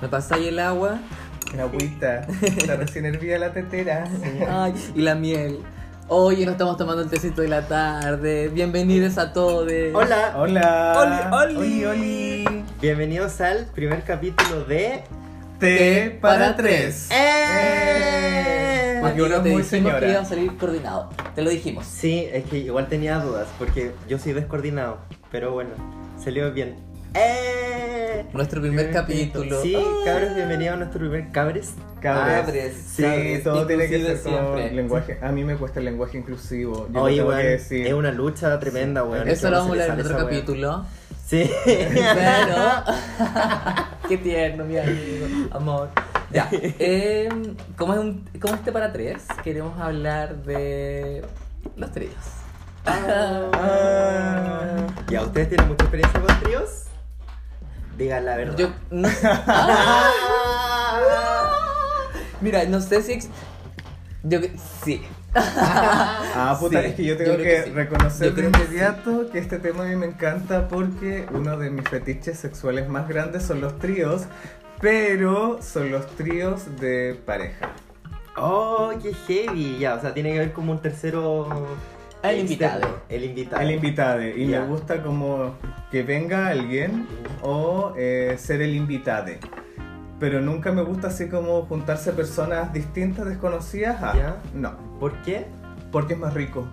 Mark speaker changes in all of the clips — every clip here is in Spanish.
Speaker 1: Me pasáis el agua.
Speaker 2: La agüita. Está recién hervida la tetera.
Speaker 1: Ay, y la miel. Oye, nos estamos tomando el tecito de la tarde. Bienvenidos a todos.
Speaker 3: Hola,
Speaker 2: Hola.
Speaker 1: Oli, oli.
Speaker 2: Oli, oli.
Speaker 3: Oh, bienvenidos al primer capítulo de.
Speaker 2: Té para tres.
Speaker 3: ¡Eh!
Speaker 2: Porque uno
Speaker 1: no
Speaker 2: es
Speaker 1: te
Speaker 2: muy
Speaker 1: dijimos que iba
Speaker 2: señora.
Speaker 1: a salir coordinado. Te lo dijimos.
Speaker 3: Sí, es que igual tenía dudas porque yo soy descoordinado, pero bueno, salió bien. ¡Eh!
Speaker 1: Nuestro primer
Speaker 2: Primer
Speaker 1: capítulo.
Speaker 3: Sí,
Speaker 1: Ah.
Speaker 3: cabros, bienvenidos a nuestro primer cabres.
Speaker 2: Cabres.
Speaker 1: Cabres,
Speaker 2: Sí,
Speaker 1: cabres,
Speaker 2: todo tiene que
Speaker 1: inclusive
Speaker 2: ser con
Speaker 1: siempre.
Speaker 2: lenguaje. A mí me cuesta el lenguaje inclusivo. Yo
Speaker 3: Oye,
Speaker 2: no tengo
Speaker 3: weón,
Speaker 2: que
Speaker 3: es
Speaker 2: decir.
Speaker 3: una lucha tremenda, weón.
Speaker 1: Eso lo vamos a
Speaker 3: que
Speaker 1: hablar en
Speaker 3: sale
Speaker 1: otro
Speaker 3: esa weá.
Speaker 1: capítulo.
Speaker 3: Sí.
Speaker 1: Pero. Qué tierno, mi amigo. Amor. Ya. eh, como es un, como este para tres, queremos hablar de los tríos.
Speaker 3: Ah. ¿Y a ustedes tienen mucha experiencia con tríos? Digan la verdad.
Speaker 1: Yo Ah. no-
Speaker 3: Ah.
Speaker 1: Mira, no sé si. ex- Yo que- sí.
Speaker 2: Ah, puta,
Speaker 1: Sí,
Speaker 2: es que yo
Speaker 1: yo
Speaker 2: tengo
Speaker 1: creo
Speaker 2: que,
Speaker 1: que sí. Yo
Speaker 2: reconocer de
Speaker 1: creo que sí.
Speaker 2: inmediato que este tema a mí me encanta porque uno de mis fetiches sexuales más grandes son los tríos, pero son los tríos de pareja.
Speaker 3: Oh, qué heavy. Ya, o sea, tiene que ver como un tercero.
Speaker 1: El
Speaker 3: externo.
Speaker 1: invitado.
Speaker 3: El invitado.
Speaker 2: El invitado, y
Speaker 3: Ya.
Speaker 2: me gusta como que venga alguien o eh, ser el invitado. Pero nunca me gusta así como juntarse personas distintas, desconocidas. ah,
Speaker 3: Ya.
Speaker 2: No.
Speaker 3: ¿Por qué?
Speaker 2: Porque es más rico.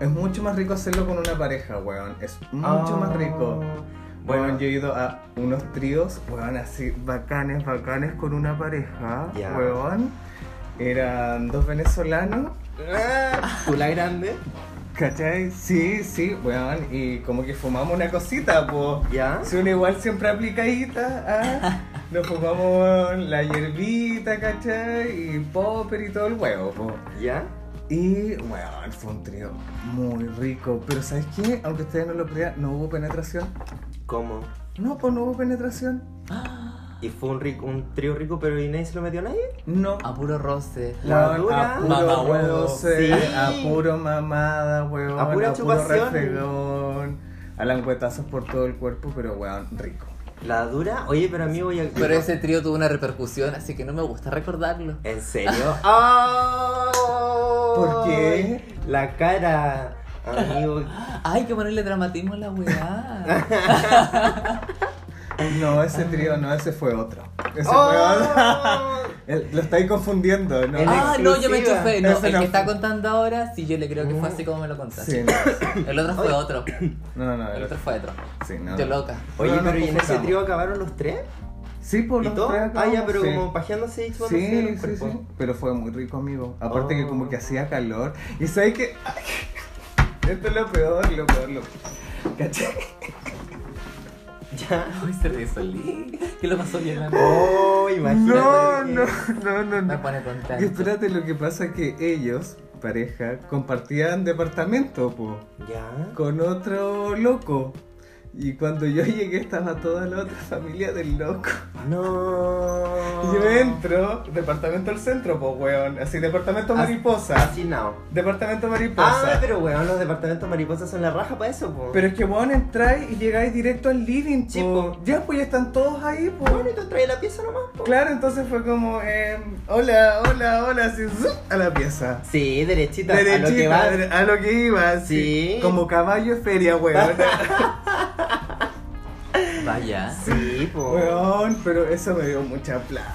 Speaker 2: Es mucho más rico hacerlo con una pareja, weón. Es mucho
Speaker 3: Ah,
Speaker 2: más rico. Bueno,
Speaker 3: Bueno,
Speaker 2: yo he ido a unos tríos, weón, así bacanes, bacanes con una pareja,
Speaker 3: Ya.
Speaker 2: weón. Eran dos venezolanos,
Speaker 3: Ah, ¿Tú la grande?
Speaker 2: ¿cachai? Sí, sí, weón. Y como que fumamos una cosita, po.
Speaker 3: ¿Ya?
Speaker 2: Si uno igual siempre aplicadita, ¿ah? nos fumamos la hierbita, ¿cachai? Y popper y todo el huevo, po.
Speaker 3: ¿Ya?
Speaker 2: Y, weón, fue un trío muy rico. Pero, ¿sabes qué? Aunque ustedes no lo crean, no hubo penetración.
Speaker 3: ¿Cómo?
Speaker 2: No, pues no hubo penetración.
Speaker 3: ¿Y fue un, rico- un trío rico, pero y nadie se lo metió a nadie?
Speaker 2: No.
Speaker 1: A puro roce.
Speaker 3: Ah, La
Speaker 2: Weón,
Speaker 3: dura.
Speaker 2: A puro
Speaker 1: Mamá huevo.
Speaker 2: roce,
Speaker 3: Sí.
Speaker 2: a puro mamada, weón.
Speaker 3: A pura
Speaker 2: puro
Speaker 3: chupación.
Speaker 2: refregón, A languetazos por todo el cuerpo, pero, weón, rico.
Speaker 3: ¿La dura? Oye, pero amigo, ya.
Speaker 1: Pero ese trío tuvo una repercusión, así que no me gusta recordarlo.
Speaker 3: ¿En serio? ¡Oh!
Speaker 2: ¿Por qué?
Speaker 3: La cara, amigo.
Speaker 1: Ay, que ponerle dramatismo a la weá.
Speaker 2: No, ese trío no, ese fue otro. Ese
Speaker 3: ¡Oh!
Speaker 2: fue otro. Lo estáis confundiendo, ¿no?
Speaker 3: En
Speaker 1: ah, no, yo me
Speaker 3: exclusiva.
Speaker 1: chufé. No,
Speaker 2: Ese
Speaker 1: el
Speaker 2: no
Speaker 1: que
Speaker 2: fue.
Speaker 1: está contando ahora, sí, yo le creo que fue así como me lo
Speaker 2: Sí,
Speaker 1: contaste.
Speaker 2: no.
Speaker 1: El otro fue otro.
Speaker 2: No, no,
Speaker 1: El otro
Speaker 2: el otro.
Speaker 1: fue otro.
Speaker 2: Sí, no.
Speaker 1: Yo loca.
Speaker 3: Oye,
Speaker 2: No, no,
Speaker 3: pero ¿y en ese
Speaker 2: confundamos.
Speaker 3: trío acabaron los tres?
Speaker 2: Sí, por
Speaker 3: ¿Y
Speaker 2: los
Speaker 3: todo?
Speaker 2: tres
Speaker 3: Ah, ya,
Speaker 2: acabamos,
Speaker 3: pero
Speaker 2: sí.
Speaker 3: como pajeándose y chupándose
Speaker 2: Sí,
Speaker 3: los
Speaker 2: sí,
Speaker 3: cuerpos.
Speaker 2: sí. Pero fue muy rico, amigo. Aparte que
Speaker 3: Oh.
Speaker 2: como que hacía calor. Y sabes que... Esto es lo peor, lo peor, lo peor. ¿Cachai?
Speaker 3: Ya.
Speaker 1: Ay, se resolví. ¿Qué lo pasó bien la
Speaker 3: Oh, imagínate.
Speaker 2: No,
Speaker 3: que-
Speaker 2: no, no, no,
Speaker 1: Me
Speaker 2: no.
Speaker 1: pone contento.
Speaker 2: Y espérate, lo que pasa es que ellos, pareja, compartían departamento, po,
Speaker 3: Ya.
Speaker 2: con otro loco. Y cuando yo llegué estaba toda la otra familia del loco.
Speaker 3: No.
Speaker 2: Y yo entro, departamento al centro, po, weón. Así, departamento mariposa.
Speaker 3: Así no.
Speaker 2: Departamento mariposa.
Speaker 3: Ah, pero weón, los departamentos mariposas son la raja para eso, po.
Speaker 2: Pero es que vos entráis y llegáis directo al living,
Speaker 3: Sí,
Speaker 2: po.
Speaker 3: po.
Speaker 2: Ya, pues ya están todos ahí, po.
Speaker 3: bueno, y tú traes la pieza nomás, po.
Speaker 2: Claro, entonces fue como, eh, hola, hola, hola, así, ¡zup! a la pieza.
Speaker 3: Sí, derechita, a lo que
Speaker 2: Derechita,
Speaker 3: va.
Speaker 2: a lo, que iba, así.
Speaker 3: Sí.
Speaker 2: Como caballo de feria, weón.
Speaker 1: Vaya.
Speaker 3: Sí, po.
Speaker 2: weón, pero eso me dio mucha plancha.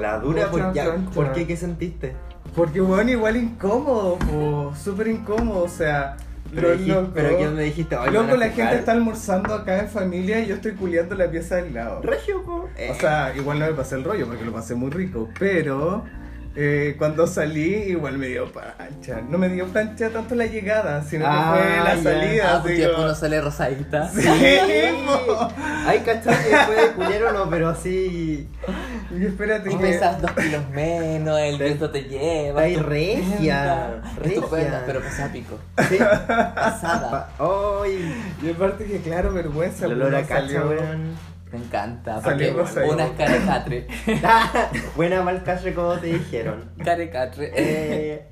Speaker 3: La dura,
Speaker 2: Mucha
Speaker 3: por, ya,
Speaker 2: plancha.
Speaker 3: ¿por qué? ¿Qué sentiste?
Speaker 2: Porque, weón, igual incómodo, po. Súper incómodo, o sea.
Speaker 3: Pero,
Speaker 2: los
Speaker 3: dijiste,
Speaker 2: locos-
Speaker 3: pero que me dijiste, "Ay, me van
Speaker 2: Loco,
Speaker 3: a
Speaker 2: la
Speaker 3: juzgar".
Speaker 2: gente está almorzando acá en familia y yo estoy culiando la pieza del lado.
Speaker 3: Regio, po. Eh,
Speaker 2: O sea, igual no me pasé el rollo porque lo pasé muy rico, pero eh, cuando salí igual me dio plancha. No me dio plancha tanto la llegada, sino
Speaker 3: Ah,
Speaker 2: que fue la
Speaker 3: ya.
Speaker 2: salida.
Speaker 1: Ah,
Speaker 2: así
Speaker 1: porque
Speaker 2: como-
Speaker 1: uno sale rosadita.
Speaker 2: Sí, po.
Speaker 3: Ay, cachai, que después de culero no, pero así.
Speaker 2: Y espérate
Speaker 1: Y
Speaker 2: que...
Speaker 1: pesas dos kilos menos, el viento te lleva.
Speaker 3: Ay,
Speaker 1: tu
Speaker 3: regia,
Speaker 1: pinta.
Speaker 3: regia.
Speaker 1: Estupenda, pero pesada pico.
Speaker 3: Sí.
Speaker 1: Pasada.
Speaker 3: Ay,
Speaker 2: Y aparte que claro, vergüenza.
Speaker 3: el
Speaker 2: pues,
Speaker 3: olor
Speaker 2: no
Speaker 3: a cacha,
Speaker 2: salió.
Speaker 3: weón.
Speaker 1: Me encanta, porque
Speaker 2: Salimos ahí.
Speaker 1: una es carecatre.
Speaker 3: Buena mal cacha, como te dijeron.
Speaker 1: Carecatre.
Speaker 3: Eh,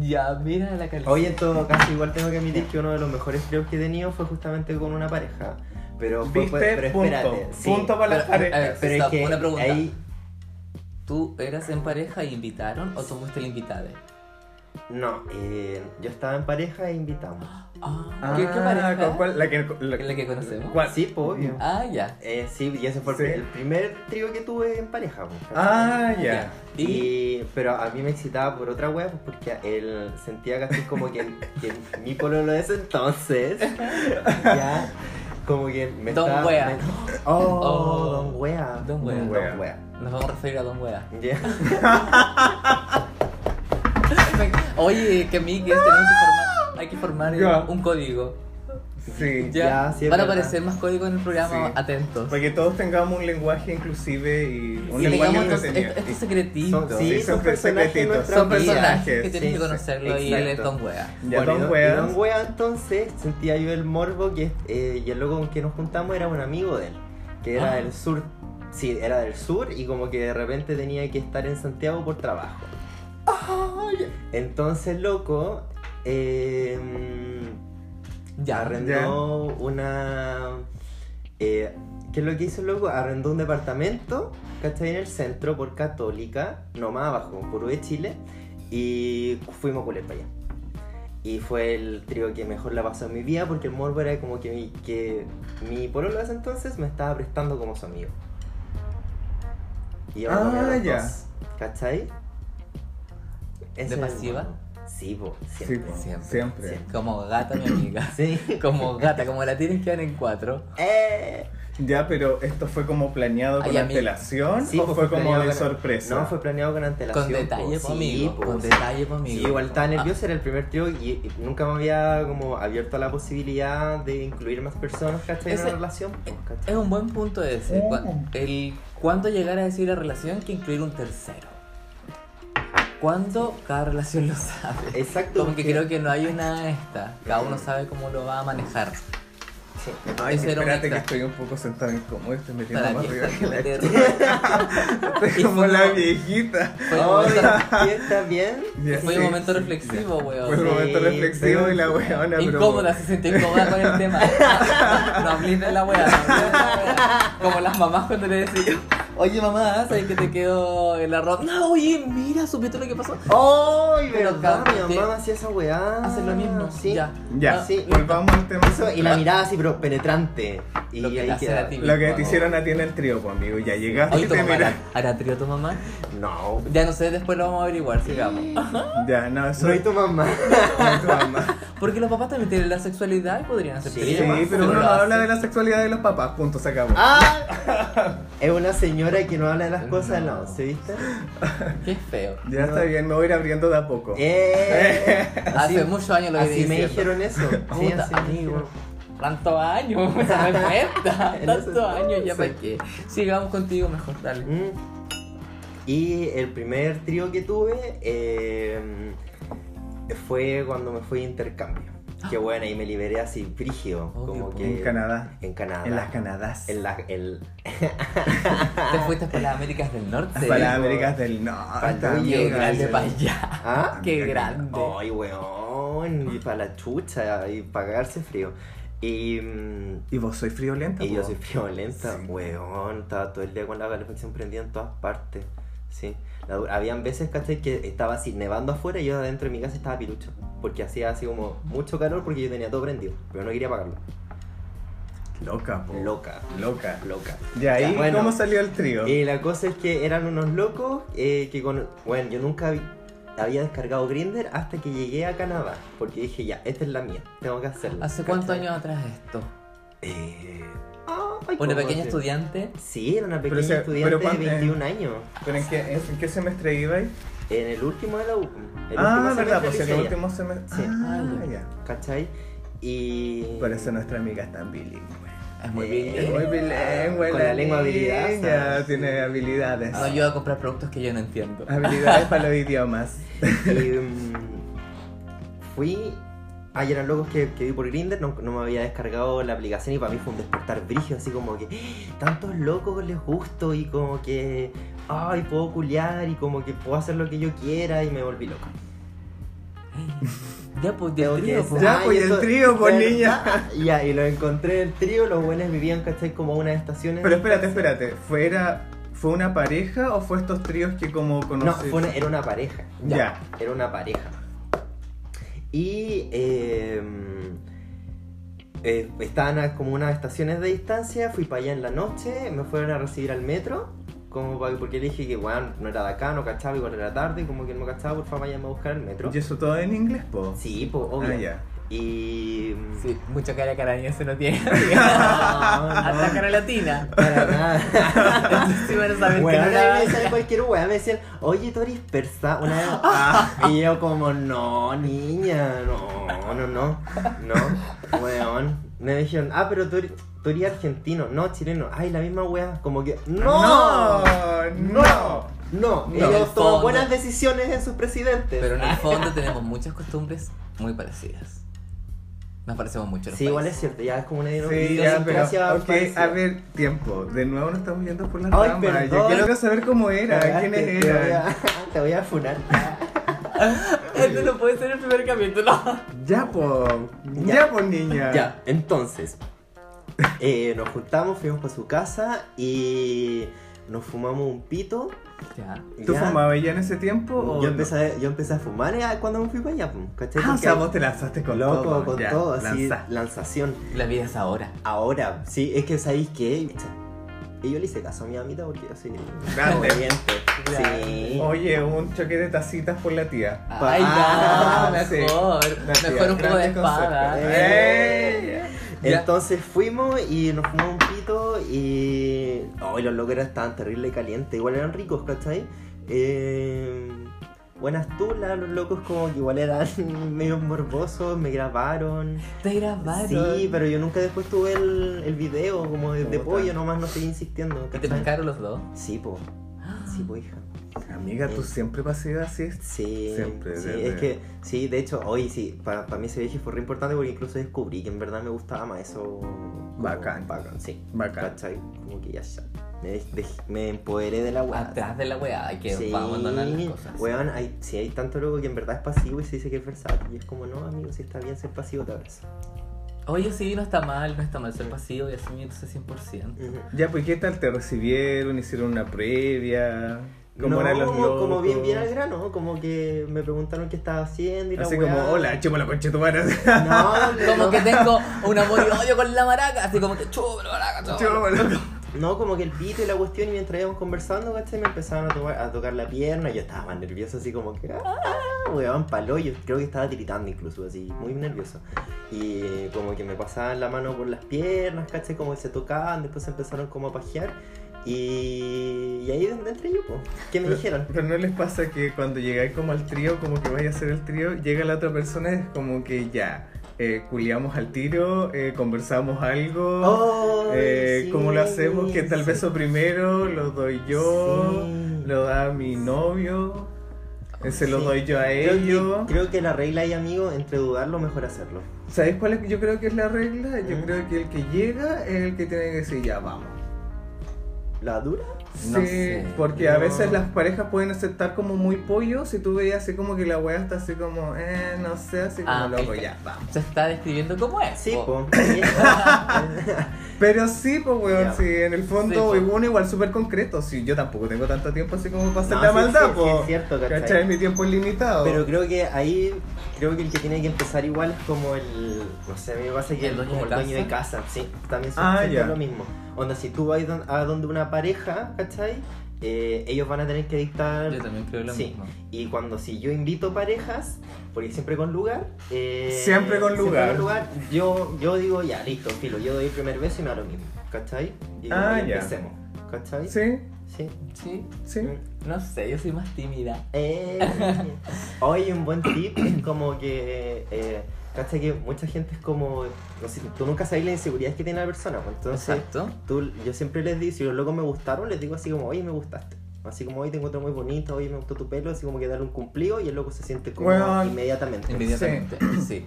Speaker 1: Ya, mira la calidad.
Speaker 3: hoy en todo caso, igual tengo que admitir que uno de los mejores tríos que he tenido fue justamente con una pareja. Pero, fue- pues,
Speaker 2: ¿Viste?
Speaker 3: pero espérate.
Speaker 2: Punto.
Speaker 3: sí,
Speaker 2: Punto para las
Speaker 1: pero- a ver,
Speaker 2: parejas.
Speaker 3: pero
Speaker 1: Stop,
Speaker 3: es que
Speaker 1: una pregunta.
Speaker 3: ahí
Speaker 1: ¿Tú eras en pareja y invitaron o tú fuiste el invitado?
Speaker 3: no, eh, yo estaba en pareja e invitamos.
Speaker 1: Ah,
Speaker 2: Ah,
Speaker 1: ¿qué, qué pareja?
Speaker 2: ¿con cuál? La que, la-
Speaker 1: ¿La que conocemos?
Speaker 2: ¿Cuál?
Speaker 3: Sí, po, obvio.
Speaker 1: Ah, ya.
Speaker 3: Eh, sí, y ese fue el
Speaker 2: Sí.
Speaker 3: pri- el primer trío que tuve en pareja. po, ¿cachai?
Speaker 2: Ah, ya.
Speaker 1: Y
Speaker 3: Y, pero a mí me excitaba por otra wea, pues, porque él sentía casi como que, que mi pololo de ese entonces, ya, como que me
Speaker 1: Don
Speaker 3: estaba...
Speaker 1: wea.
Speaker 3: me- oh,
Speaker 1: Oh.
Speaker 3: don wea.
Speaker 1: Don wea.
Speaker 3: Don wea.
Speaker 1: nos vamos a referir a Don Wea.
Speaker 3: Ya.
Speaker 1: Oye, que amigues, tenemos que formar, hay que formar eh,
Speaker 2: Ya.
Speaker 1: un código.
Speaker 2: Sí.
Speaker 1: Ya,
Speaker 3: Ya, sí, es
Speaker 1: Van a
Speaker 3: verdad.
Speaker 1: aparecer más códigos en el programa,
Speaker 2: Sí.
Speaker 1: atentos.
Speaker 2: Para que todos tengamos un lenguaje inclusive y un
Speaker 1: Y
Speaker 2: lenguaje
Speaker 1: digamos estos,
Speaker 2: entretenido.
Speaker 1: estos- estos secretitos.
Speaker 3: Son-
Speaker 2: Sí,
Speaker 3: Sí,
Speaker 2: son
Speaker 3: son personajes
Speaker 2: secretitos.
Speaker 3: nuestras
Speaker 1: Son
Speaker 3: vidas.
Speaker 1: personajes que
Speaker 2: Sí,
Speaker 1: tienes que
Speaker 3: sí,
Speaker 1: conocerlo y él es
Speaker 3: exacto.
Speaker 1: Don Wea.
Speaker 2: Ya
Speaker 3: Bueno, y
Speaker 2: Don
Speaker 3: don-
Speaker 2: Weas.
Speaker 3: y Don Wea entonces sentía yo el morbo que eh, y el loco con que nos juntamos era un amigo de él, que era
Speaker 1: Ah.
Speaker 3: del sur, sí, era del sur y como que de repente tenía que estar en Santiago por trabajo. Entonces, loco, eh,
Speaker 1: Ya.
Speaker 3: arrendó una... eh, ¿Qué es lo que hizo el loco? Arrendó un departamento, ¿cachai? En el centro por Católica, no más abajo, por de Chile, y fuimos a culer para allá. Y fue el trío que mejor la pasó en mi vida porque el morbo era como que mi, que mi pololo de ese entonces me estaba prestando como su amigo. Y yo me
Speaker 2: Ah,
Speaker 3: comía los
Speaker 2: ya.
Speaker 3: dos, ¿Cachai? Ese
Speaker 1: ¿De
Speaker 3: era el
Speaker 1: pasiva?
Speaker 3: morbo. Sí, po,
Speaker 2: Sí,
Speaker 3: siempre.
Speaker 2: po,
Speaker 1: Siempre.
Speaker 2: siempre.
Speaker 3: Siempre.
Speaker 1: Como gata, mi amiga.
Speaker 3: Sí.
Speaker 1: Como gata, como la tienen que dar en cuatro.
Speaker 3: Eh.
Speaker 2: Ya, pero esto fue como planeado con
Speaker 1: Ay, a mí-
Speaker 2: antelación
Speaker 3: Sí,
Speaker 2: o
Speaker 3: pues,
Speaker 2: fue como
Speaker 3: planeado
Speaker 2: de
Speaker 3: con-
Speaker 2: sorpresa.
Speaker 3: No, fue planeado con antelación.
Speaker 1: Con detalle, po,
Speaker 3: Sí,
Speaker 1: amigo.
Speaker 3: po,
Speaker 1: Con
Speaker 3: sí.
Speaker 1: detalle, po, amigo.
Speaker 3: Sí, igual estaba
Speaker 1: Ah,
Speaker 3: nervioso, era el primer trío y, y nunca me había como abierto a la posibilidad de incluir más personas, ¿cachai? En
Speaker 1: Ese- eh,
Speaker 3: una relación, po, ¿cachai?
Speaker 1: Es un buen punto ese.
Speaker 2: Mm.
Speaker 1: Cua- El cuándo llegar a decir la relación que incluir un tercero. Cuando cada relación lo sabe.
Speaker 3: Exacto.
Speaker 1: Como que
Speaker 3: porque-
Speaker 1: creo que no hay una esta. Cada uno sabe cómo lo va a manejar.
Speaker 3: Sí.
Speaker 2: Ay,
Speaker 1: Ese era un
Speaker 2: espérate que
Speaker 1: extra.
Speaker 2: estoy un poco sentado incómodo, estoy metiendo
Speaker 1: Para
Speaker 2: más
Speaker 1: que-
Speaker 2: arriba que la
Speaker 1: de-
Speaker 2: Estoy
Speaker 1: Y
Speaker 2: como
Speaker 1: fue
Speaker 2: la
Speaker 1: como-
Speaker 2: viejita.
Speaker 1: Fue un
Speaker 3: Oye,
Speaker 1: momento-
Speaker 3: ¿sí ¿está bien?
Speaker 2: Ya,
Speaker 1: fue
Speaker 2: sí,
Speaker 1: un momento
Speaker 2: sí,
Speaker 1: reflexivo,
Speaker 2: ya.
Speaker 1: weón.
Speaker 2: Fue un momento
Speaker 3: Sí,
Speaker 2: reflexivo
Speaker 3: pero-
Speaker 2: y la weona pero-
Speaker 1: Incómoda, se sintió incómoda con el tema. No hables de la wea, no hables de la wea. Como las mamás cuando le decían, oye mamá, ¿sabes que te quedó el arroz? No, oye, mira, supiste lo que pasó.
Speaker 3: ¡Ay,
Speaker 1: Pero
Speaker 3: verdad! Mi
Speaker 1: cámbiate.
Speaker 3: mamá hacía esa weá.
Speaker 1: Hacer lo mismo,
Speaker 3: Sí.
Speaker 1: ya.
Speaker 2: Ya,
Speaker 1: Ah,
Speaker 3: sí.
Speaker 2: volvamos al tema.
Speaker 3: Eso, y la mirada así, pero penetrante. Y
Speaker 1: Lo que
Speaker 3: ahí
Speaker 1: te hacen
Speaker 3: queda.
Speaker 1: a ti.
Speaker 2: Lo que te hicieron a ti en el trío, pues, amigo. Ya llegaste
Speaker 1: Oye,
Speaker 2: y
Speaker 1: tu
Speaker 2: te
Speaker 1: mamá,
Speaker 2: miras.
Speaker 1: ¿hará- ¿hará trío tu mamá?
Speaker 3: No.
Speaker 1: Ya no sé, después lo vamos a averiguar, sigamos.
Speaker 2: Ya, no, eso
Speaker 3: Soy tu mamá.
Speaker 2: soy tu mamá.
Speaker 1: Porque los papás también tienen la sexualidad y podrían hacer
Speaker 3: Sí,
Speaker 2: Sí,
Speaker 1: trío.
Speaker 2: pero uno
Speaker 1: lo
Speaker 2: no habla
Speaker 1: hace.
Speaker 2: de la sexualidad de los papás, punto, se acabó.
Speaker 3: ¡Ah! Es una señora que no habla de las cosas, no, ¿se viste?
Speaker 1: Qué feo.
Speaker 2: Ya está bien, me voy a ir abriendo de a poco.
Speaker 3: ¡Eh!
Speaker 1: Hace muchos años lo que
Speaker 3: Así me dijeron eso. Sí,
Speaker 1: Puta,
Speaker 3: así me
Speaker 1: amigo.
Speaker 3: dijeron.
Speaker 1: Tantos años, me cuenta.
Speaker 3: En ese
Speaker 1: Tantos años, ya
Speaker 3: entonces.
Speaker 1: para qué. Sigamos contigo mejor, dale.
Speaker 3: Mm. Y el primer trío que tuve eh, fue cuando me fui de intercambio. Qué bueno, ahí me liberé así, frígido.
Speaker 1: Oh,
Speaker 3: como
Speaker 1: qué
Speaker 3: que
Speaker 2: En Canadá.
Speaker 3: En eh, Canadá.
Speaker 2: En las Canadás.
Speaker 3: En la- el-
Speaker 1: Te fuiste para las Américas del Norte.
Speaker 2: Para las
Speaker 3: Sí.
Speaker 2: Américas del Norte.
Speaker 3: Para el
Speaker 1: Qué
Speaker 3: Oye,
Speaker 2: amiga.
Speaker 1: grande
Speaker 3: sí.
Speaker 1: para allá.
Speaker 3: ¿Ah?
Speaker 1: Qué
Speaker 2: Mira que-
Speaker 1: grande.
Speaker 3: Ay, weón. Y para la chucha, y para cagarse frío. Y. mm,
Speaker 2: Y vos sois friolenta.
Speaker 3: Y yo
Speaker 2: po.
Speaker 3: soy friolenta,
Speaker 2: Sí.
Speaker 3: weón, estaba todo el día con la calefacción prendida en todas partes, sí. La du- habían veces, ¿cachai? Que estaba así nevando afuera y yo adentro de mi casa estaba pilucho, porque hacía así como mucho calor porque yo tenía todo prendido, pero no quería apagarlo.
Speaker 2: Loca, po.
Speaker 3: Loca,
Speaker 2: Loca.
Speaker 3: loca.
Speaker 2: Y ahí,
Speaker 3: Ya, bueno. Eh,
Speaker 2: ¿cómo salió el trío?
Speaker 3: Y la cosa es que eran unos locos eh, que con... Bueno, yo nunca vi- había descargado Grinder hasta que llegué a Canadá, porque dije, ya, esta es la mía, tengo que hacerla.
Speaker 1: ¿Hace cuántos
Speaker 3: ¿cachai?
Speaker 1: años atrás esto?
Speaker 3: Eh, ay,
Speaker 1: Una
Speaker 3: ¿cómo
Speaker 1: pequeña
Speaker 3: te-
Speaker 1: estudiante.
Speaker 3: Sí, era una pequeña
Speaker 2: o sea,
Speaker 3: estudiante
Speaker 2: pero cuán-
Speaker 3: de 21 años.
Speaker 2: ¿Pero en qué, en qué semestre ibais?
Speaker 3: En el último de la U. el
Speaker 2: Ah,
Speaker 3: último
Speaker 2: verdad,
Speaker 3: semestre
Speaker 2: pues en el
Speaker 3: liceía,
Speaker 2: último semestre.
Speaker 3: Sí.
Speaker 2: Ah,
Speaker 1: Ah,
Speaker 2: ya.
Speaker 3: ¿Cachai? Y.
Speaker 2: Por eso nuestra amiga es tan bilingüe.
Speaker 1: Es muy
Speaker 3: Eh,
Speaker 1: bien.
Speaker 2: Es muy bilingüe.
Speaker 3: Con la lengua habilidosa. Ah,
Speaker 2: niña, Tiene habilidades.
Speaker 1: No ayuda a comprar productos que yo no entiendo.
Speaker 2: Habilidades para los idiomas.
Speaker 3: y, mm, fui. Ah, y eran locos que, que vi por Grindr, no, no me había descargado la aplicación y para mí fue un despertar brillo, así como que ¡Ah! tantos locos les gusto y como que, ay, puedo culiar y como que puedo hacer lo que yo quiera y me volví loca.
Speaker 1: Ya, pues, del
Speaker 3: Tengo que
Speaker 1: trío, pues.
Speaker 3: decir,
Speaker 2: Ya,
Speaker 3: ay,
Speaker 2: pues, el
Speaker 3: eso-
Speaker 2: trío, pues, niña.
Speaker 3: ¿verdad? Ya, y lo encontré en el trío, los buenos vivían, ¿cachai? Como unas estaciones.
Speaker 2: Pero espérate, espérate. ¿Fuera, ¿Fue una pareja o fue estos tríos que como conocí?
Speaker 3: No, fue una- era una pareja.
Speaker 2: Ya.
Speaker 3: Era una pareja. Y eh, eh, estaban a como unas estaciones de distancia, fui para allá en la noche, me fueron a recibir al metro, como pa- porque le dije que bueno, no era de acá, no cachaba, igual era tarde, como que no cachaba, por favor vayan a buscar el metro.
Speaker 2: ¿Y eso todo en inglés, po?
Speaker 3: Sí, pues, obvio.
Speaker 2: Ah, ya.
Speaker 3: Y... mm,
Speaker 1: Sí, mucha cara carañense no tiene.
Speaker 3: no, no,
Speaker 1: Hasta cara latina.
Speaker 3: para nada.
Speaker 1: Entonces, si van a saber que
Speaker 3: Bueno,
Speaker 1: no
Speaker 3: una vez
Speaker 1: la-
Speaker 3: me decían cualquier weá, me decían, oye, tú eres persa, una vez.
Speaker 2: Ah.
Speaker 3: Y yo como, no, niña, no, no, no, no, weón. Me dijeron, ah, pero tú eres, tú eres argentino, no, chileno, ay, la misma weá, como que, no,
Speaker 2: ¡No! Ah, ¡No!
Speaker 3: no,
Speaker 1: No. En el
Speaker 3: ellos
Speaker 1: fondo.
Speaker 3: toman buenas decisiones en sus presidentes.
Speaker 1: Pero en el fondo tenemos muchas costumbres muy parecidas. Nos parecemos mucho. los
Speaker 3: sí, igual es
Speaker 1: países.
Speaker 3: cierto, ya es como una
Speaker 2: pues. Sí, ya, pero,
Speaker 3: idiosincrasia
Speaker 2: ok,
Speaker 3: parecida.
Speaker 2: a ver, tiempo. De nuevo nos estamos yendo por las
Speaker 3: Ay,
Speaker 2: ramas. Yo
Speaker 3: perdón.
Speaker 2: quiero saber cómo era,
Speaker 3: Cagaste,
Speaker 2: quiénes
Speaker 3: te voy
Speaker 2: eran.
Speaker 3: a- Te voy a funar.
Speaker 1: Este no puede ser el primer capítulo.
Speaker 2: Ya, po.
Speaker 3: Ya.
Speaker 2: Ya, po, niña.
Speaker 3: Ya, entonces, eh, nos juntamos, fuimos para su casa y nos fumamos un pito.
Speaker 1: Ya.
Speaker 2: ¿Tú
Speaker 3: ya.
Speaker 2: fumabas ya en ese tiempo? o
Speaker 3: Yo
Speaker 2: no?
Speaker 3: empecé, yo empecé a fumar eh, cuando me fui para allá, pum, ¿cachai?
Speaker 2: Ah, o
Speaker 3: Porque
Speaker 2: sea, vos te lanzaste con
Speaker 3: loco,
Speaker 2: todo.
Speaker 3: con
Speaker 2: ya,
Speaker 3: todo, así,
Speaker 2: lanzaste.
Speaker 3: lanzación.
Speaker 1: La vida es ahora.
Speaker 3: Ahora, sí, es que sabéis que... Y yo le hice caso a mi amita porque yo soy
Speaker 2: Grande.
Speaker 3: obediente.
Speaker 1: Grande.
Speaker 3: Sí.
Speaker 2: Oye, un choque de tacitas por la tía.
Speaker 3: Pa-
Speaker 1: Ay, ya,
Speaker 2: Ah,
Speaker 1: mejor.
Speaker 2: sí. La tía,
Speaker 1: Mejor un juego de
Speaker 2: grandes
Speaker 1: espada.
Speaker 2: conceptos.
Speaker 3: ¡Eh!
Speaker 2: ¡Eh!
Speaker 1: Ya.
Speaker 3: Entonces fuimos y nos fumamos un pito y. ¡Ay, los locos eran- estaban terrible calientes! Igual eran ricos, ¿cachai? Eh, Buenas tulas, los locos como que igual eran medio morbosos, me grabaron.
Speaker 1: Te grabaron.
Speaker 3: Sí, pero yo nunca después tuve el, el video como de, de
Speaker 2: Puta.
Speaker 3: pollo, nomás no estoy insistiendo.
Speaker 1: ¿Que te
Speaker 3: ¿cachai?
Speaker 1: pescaron los dos?
Speaker 3: Sí, po. Sí, pues, po, hija.
Speaker 2: Amiga, tú siempre pasé así.
Speaker 3: Sí,
Speaker 2: Siempre,
Speaker 3: sí,
Speaker 2: desde-
Speaker 3: es que, sí, de hecho, hoy sí, para mí ese viaje fue re importante porque incluso descubrí que en verdad me gustaba más eso. como
Speaker 2: Bacán.
Speaker 3: Bacán, sí.
Speaker 2: Bacán.
Speaker 3: ¿Cachai? Como que ya está. Me, dej- me empoderé de la weá.
Speaker 1: Atrás de la weá. Hay que
Speaker 3: Sí,
Speaker 1: vamos a abandonar las cosas.
Speaker 3: Weón, hay, sí, hay tanto loco que en verdad es pasivo y se dice que es versátil. Y es como, no, amigo, si está bien ser pasivo, te abrazo.
Speaker 1: Oye, sí, no está mal, no está mal ser pasivo y asumirse 100%.
Speaker 3: Ujú.
Speaker 2: Ya, pues, ¿qué tal? ¿Te recibieron? ¿Hicieron una previa? ¿Cómo
Speaker 3: No,
Speaker 2: eran los
Speaker 3: como,
Speaker 2: locos?
Speaker 3: como bien, bien al grano, como que me preguntaron qué estaba haciendo y la
Speaker 2: Así
Speaker 3: weá.
Speaker 2: como, hola, chúpalo con chetumara.
Speaker 3: No, no,
Speaker 1: Como
Speaker 3: no.
Speaker 1: que tengo un amor y odio con la maraca, así como que chulo, maraca, chulo.
Speaker 2: chúpalo.
Speaker 3: No, como que el pito y la cuestión, y mientras íbamos conversando, ¿cachai? Me empezaban a, tocar- a tocar la pierna, y yo estaba más nervioso, así como que, ah, weón, palo, yo creo que estaba tiritando incluso, así, muy nervioso. Y como que me pasaban la mano por las piernas, ¿cachai? Como que se tocaban, después se empezaron como a pajear, y, y ahí donde entré yo, pues, ¿qué
Speaker 2: Eh,
Speaker 3: me dijeron?
Speaker 2: Pero no les pasa que cuando llegáis como al trío, como que vais a hacer el trío, llega la otra persona y es como que ya, eh, culiamos al tiro, eh, conversamos algo.
Speaker 3: Oh,
Speaker 2: Eh,
Speaker 3: sí,
Speaker 2: ¿Cómo lo hacemos? Que tal
Speaker 3: sí.
Speaker 2: beso primero lo doy yo,
Speaker 3: Sí.
Speaker 2: lo da mi novio, eh, se lo
Speaker 3: Sí.
Speaker 2: doy yo a
Speaker 3: Creo que-
Speaker 2: ellos.
Speaker 3: creo que la regla ahí, amigo, entre dudarlo, mejor hacerlo.
Speaker 2: ¿Sabes cuál es, yo creo que es la regla? Yo
Speaker 3: Mm.
Speaker 2: creo que el que llega es el que tiene que decir ya vamos.
Speaker 3: ¿La dura?
Speaker 1: No
Speaker 2: sí,
Speaker 1: sé,
Speaker 2: porque a
Speaker 3: no.
Speaker 2: veces las parejas pueden aceptar como muy pollo si tú veías así como que la wea está así como, eh, no sé, así como
Speaker 1: Ah,
Speaker 2: loco,
Speaker 1: perfecto.
Speaker 2: ya, vamos.
Speaker 1: Se está describiendo cómo es.
Speaker 3: Sí,
Speaker 1: po.
Speaker 3: po.
Speaker 2: Pero sí, pues weón,
Speaker 3: Ya.
Speaker 2: sí, en el
Speaker 1: Sí,
Speaker 2: fondo
Speaker 1: po.
Speaker 2: uno igual súper concreto, sí, yo tampoco tengo tanto tiempo así como para hacer
Speaker 3: No,
Speaker 2: la
Speaker 3: sí,
Speaker 2: maldad,
Speaker 3: sí,
Speaker 2: po.
Speaker 3: sí, es cierto, ¿cachai?
Speaker 2: ¿Cachai? Mi tiempo es limitado.
Speaker 3: Pero creo que ahí, creo que el que tiene que empezar igual es como el, no sé, me pasa que
Speaker 1: ¿El dueño
Speaker 3: como
Speaker 1: de
Speaker 3: el dueño de casa, sí, también son-
Speaker 2: Ah,
Speaker 3: siento
Speaker 2: ya.
Speaker 3: lo mismo. Onda, si tú vas don- a donde una pareja, ¿cachai? Eh, ellos van a tener que dictar...
Speaker 1: Yo también creo lo
Speaker 3: Sí.
Speaker 1: mismo.
Speaker 3: Y cuando si yo invito parejas, porque siempre con lugar... eh,
Speaker 2: Siempre con lugar.
Speaker 3: yo, yo digo, ya, listo, filo, yo doy el primer beso y me da lo mismo, ¿cachai? Y como
Speaker 2: Ah,
Speaker 3: que
Speaker 2: ya.
Speaker 3: empecemos, ¿cachai?
Speaker 2: Sí,
Speaker 3: Sí.
Speaker 1: Sí.
Speaker 2: sí.
Speaker 3: Mm.
Speaker 1: No sé, yo soy más tímida.
Speaker 3: Eh, Hoy un buen tip es como que, eh, ¿cachai? Que mucha gente es como, no sé, tú nunca sabes las inseguridades que tiene la persona, pues entonces
Speaker 1: Exacto.
Speaker 3: tú, yo siempre les digo, si los locos me gustaron, les digo así como, oye, me gustaste. Así como, hoy te encuentro muy bonito, oye, me gustó tu pelo, así como que darle un cumplido y el loco se siente como
Speaker 2: Weón.
Speaker 3: inmediatamente.
Speaker 1: Inmediatamente. Sí.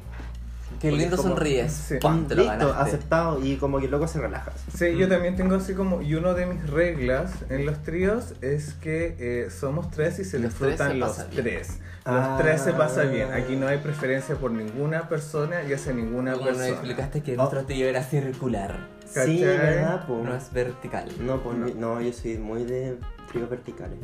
Speaker 1: Qué
Speaker 3: Porque
Speaker 1: lindo
Speaker 3: es como,
Speaker 1: sonríes.
Speaker 2: sí.
Speaker 1: Pum, te lo
Speaker 3: Ah, Listo,
Speaker 1: ganaste.
Speaker 3: aceptado. Y como que el loco se relaja. así.
Speaker 2: Sí, yo también tengo así como, y una de mis reglas en los tríos es que eh, somos tres y se
Speaker 1: Los tres se
Speaker 2: disfrutan los
Speaker 1: pasa bien.
Speaker 2: tres. Los
Speaker 3: Ah.
Speaker 2: tres se pasa bien. Aquí no hay preferencia por ninguna persona y hacia ninguna
Speaker 1: Como nos
Speaker 2: persona.
Speaker 1: explicaste
Speaker 3: Oh.
Speaker 1: que nuestro tío era circular,
Speaker 3: Sí,
Speaker 2: ¿Cachai?
Speaker 3: ¿verdad? po?
Speaker 1: no es vertical.
Speaker 3: No, pues,
Speaker 2: No.
Speaker 3: mi- no, yo soy muy de tríos verticales.